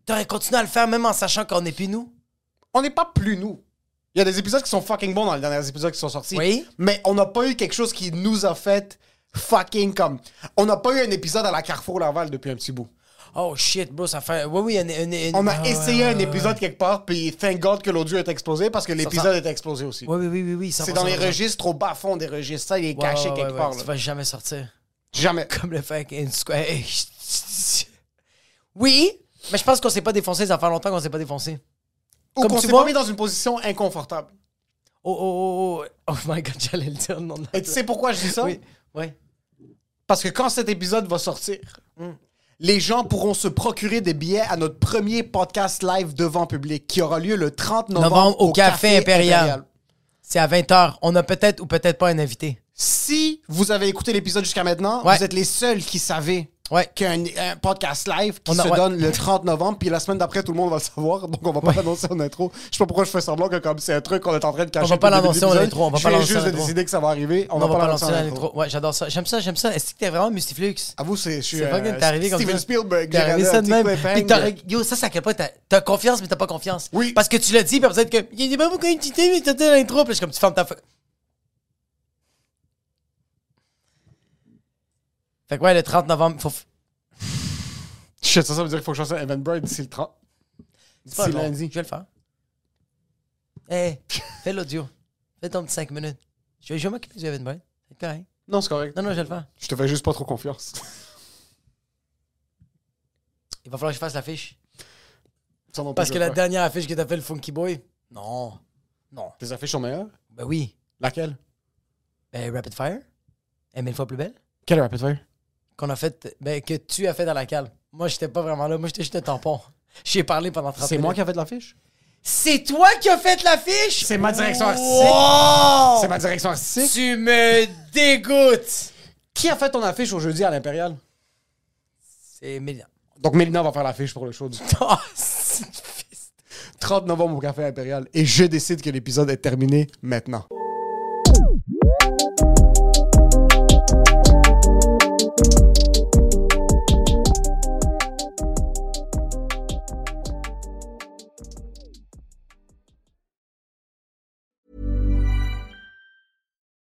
[SPEAKER 2] T'aurais continué à le faire même en sachant qu'on n'est plus nous.
[SPEAKER 3] On n'est pas plus nous. Il y a des épisodes qui sont fucking bons dans les derniers épisodes qui sont sortis.
[SPEAKER 2] Oui.
[SPEAKER 3] Mais on n'a pas eu quelque chose qui nous a fait fucking comme. On n'a pas eu un épisode à la Carrefour Laval depuis un petit bout.
[SPEAKER 2] Oh shit, bro, ça fait. Oui, oui, une- une- une-
[SPEAKER 3] On
[SPEAKER 2] Ah,
[SPEAKER 3] a
[SPEAKER 2] ouais,
[SPEAKER 3] essayé
[SPEAKER 2] ouais,
[SPEAKER 3] un
[SPEAKER 2] ouais,
[SPEAKER 3] épisode quelque part, puis thank God que l'audio est explosé parce que l'épisode est explosé aussi.
[SPEAKER 2] Ouais, oui, oui, oui, oui.
[SPEAKER 3] C'est dans les
[SPEAKER 2] 100%
[SPEAKER 3] registres, au bas fond des registres. Ça, il est
[SPEAKER 2] Ouais,
[SPEAKER 3] caché
[SPEAKER 2] ouais,
[SPEAKER 3] quelque
[SPEAKER 2] ouais,
[SPEAKER 3] part.
[SPEAKER 2] ouais,
[SPEAKER 3] là.
[SPEAKER 2] Tu vas jamais sortir.
[SPEAKER 3] Jamais.
[SPEAKER 2] Comme le fait qu'une square. oui, mais je pense qu'on s'est pas défoncé. Ça fait longtemps qu'on s'est pas défoncé.
[SPEAKER 3] Ou
[SPEAKER 2] Comme
[SPEAKER 3] qu'on
[SPEAKER 2] tu
[SPEAKER 3] s'est
[SPEAKER 2] vois-
[SPEAKER 3] pas mis dans une position inconfortable.
[SPEAKER 2] Oh, oh, oh, oh. Oh my god, j'allais le dire. Non, non.
[SPEAKER 3] Et tu sais pourquoi je dis ça?
[SPEAKER 2] Oui, ouais.
[SPEAKER 3] Parce que quand cet épisode va sortir,
[SPEAKER 2] Hmm.
[SPEAKER 3] les gens pourront se procurer des billets à notre premier podcast live devant public qui aura lieu le 30 novembre,
[SPEAKER 2] Novembre au Café Impérial. C'est à 20h. On a peut-être ou peut-être pas un invité.
[SPEAKER 3] Si vous avez écouté l'épisode jusqu'à maintenant,
[SPEAKER 2] Ouais.
[SPEAKER 3] vous êtes les seuls qui savaient
[SPEAKER 2] Ouais.
[SPEAKER 3] qu'un un podcast live qui
[SPEAKER 2] On a-
[SPEAKER 3] se
[SPEAKER 2] ouais.
[SPEAKER 3] donne le 30 novembre, puis la semaine d'après, tout le monde va le savoir, donc on va pas l'annoncer en intro. Je sais pas pourquoi je fais semblant que comme c'est un truc qu'on est en train de cacher.
[SPEAKER 2] On va pas
[SPEAKER 3] depuis le début
[SPEAKER 2] l'annoncer en
[SPEAKER 3] de l'épisode,
[SPEAKER 2] intro, on va
[SPEAKER 3] je
[SPEAKER 2] pas
[SPEAKER 3] viens
[SPEAKER 2] l'annoncer en
[SPEAKER 3] juste de
[SPEAKER 2] intro.
[SPEAKER 3] décider que ça va arriver, on,
[SPEAKER 2] On
[SPEAKER 3] va,
[SPEAKER 2] va
[SPEAKER 3] pas l'annoncer en intro.
[SPEAKER 2] l'intro. Ouais, j'adore ça. J'aime ça, j'aime ça. Est-ce que t'es vraiment Mustiflux?
[SPEAKER 3] Avoue, c'est, je suis
[SPEAKER 2] C'est
[SPEAKER 3] euh,
[SPEAKER 2] fucking t'es arrivé comme
[SPEAKER 3] Steven
[SPEAKER 2] ça.
[SPEAKER 3] Spielberg.
[SPEAKER 2] T'es
[SPEAKER 3] j'ai
[SPEAKER 2] arrivé
[SPEAKER 3] regardé
[SPEAKER 2] ça
[SPEAKER 3] un
[SPEAKER 2] de
[SPEAKER 3] petit
[SPEAKER 2] même.
[SPEAKER 3] cliffhanger.
[SPEAKER 2] Puis t'aurais- Yo, ça, c'est à quel point t'as t'as confiance, mais t'as pas confiance.
[SPEAKER 3] Oui.
[SPEAKER 2] Parce que tu l'as dit, puis peut-être que. Il y a pas beaucoup d'identité, mais t'as dit l'intro. Puis je suis comme tu fermes ta. fa- Fait que ouais, le 30 novembre, faut. f-
[SPEAKER 3] Shit, ça, ça veut dire qu'il faut que je fasse un event break d'ici le 30.
[SPEAKER 2] C'est pas
[SPEAKER 3] D'ici
[SPEAKER 2] long.
[SPEAKER 3] lundi.
[SPEAKER 2] Je vais le faire. Hey, fais l'audio. Fais ton petit 5 minutes. Je vais, je vais m'occuper du événement. C'est correct.
[SPEAKER 3] Non, c'est correct.
[SPEAKER 2] Non, non, je vais le faire.
[SPEAKER 3] Je te fais juste pas trop confiance.
[SPEAKER 2] Il va falloir que je fasse l'affiche.
[SPEAKER 3] Ça non plus,
[SPEAKER 2] Parce
[SPEAKER 3] je
[SPEAKER 2] que
[SPEAKER 3] vais
[SPEAKER 2] la
[SPEAKER 3] faire.
[SPEAKER 2] dernière affiche que t'as fait, le Funky Boy. Non. Non.
[SPEAKER 3] Tes affiches sont meilleures?
[SPEAKER 2] Ben oui.
[SPEAKER 3] Laquelle?
[SPEAKER 2] Ben, Rapid Fire. Et mille fois plus belle.
[SPEAKER 3] Quelle Rapid Fire?
[SPEAKER 2] Qu'on a fait. Ben, que tu as fait à la cale. Moi, j'étais pas vraiment là. Moi, j'étais juste un tampon. J'ai parlé pendant 30
[SPEAKER 3] Ah, C'est moi
[SPEAKER 2] minutes.
[SPEAKER 3] qui ai fait l'affiche?
[SPEAKER 2] C'est toi qui as fait l'affiche?
[SPEAKER 3] C'est ma direction artistique.
[SPEAKER 2] Wow!
[SPEAKER 3] C'est ma direction artistique.
[SPEAKER 2] Tu me dégoûtes!
[SPEAKER 3] Qui a fait ton affiche au jeudi à l'Impérial?
[SPEAKER 2] C'est Mélina.
[SPEAKER 3] Donc Mélina va faire l'affiche pour le show du
[SPEAKER 2] Oh, c'est une fiste.
[SPEAKER 3] 30 novembre au Café Impérial. Et je décide que l'épisode est terminé maintenant.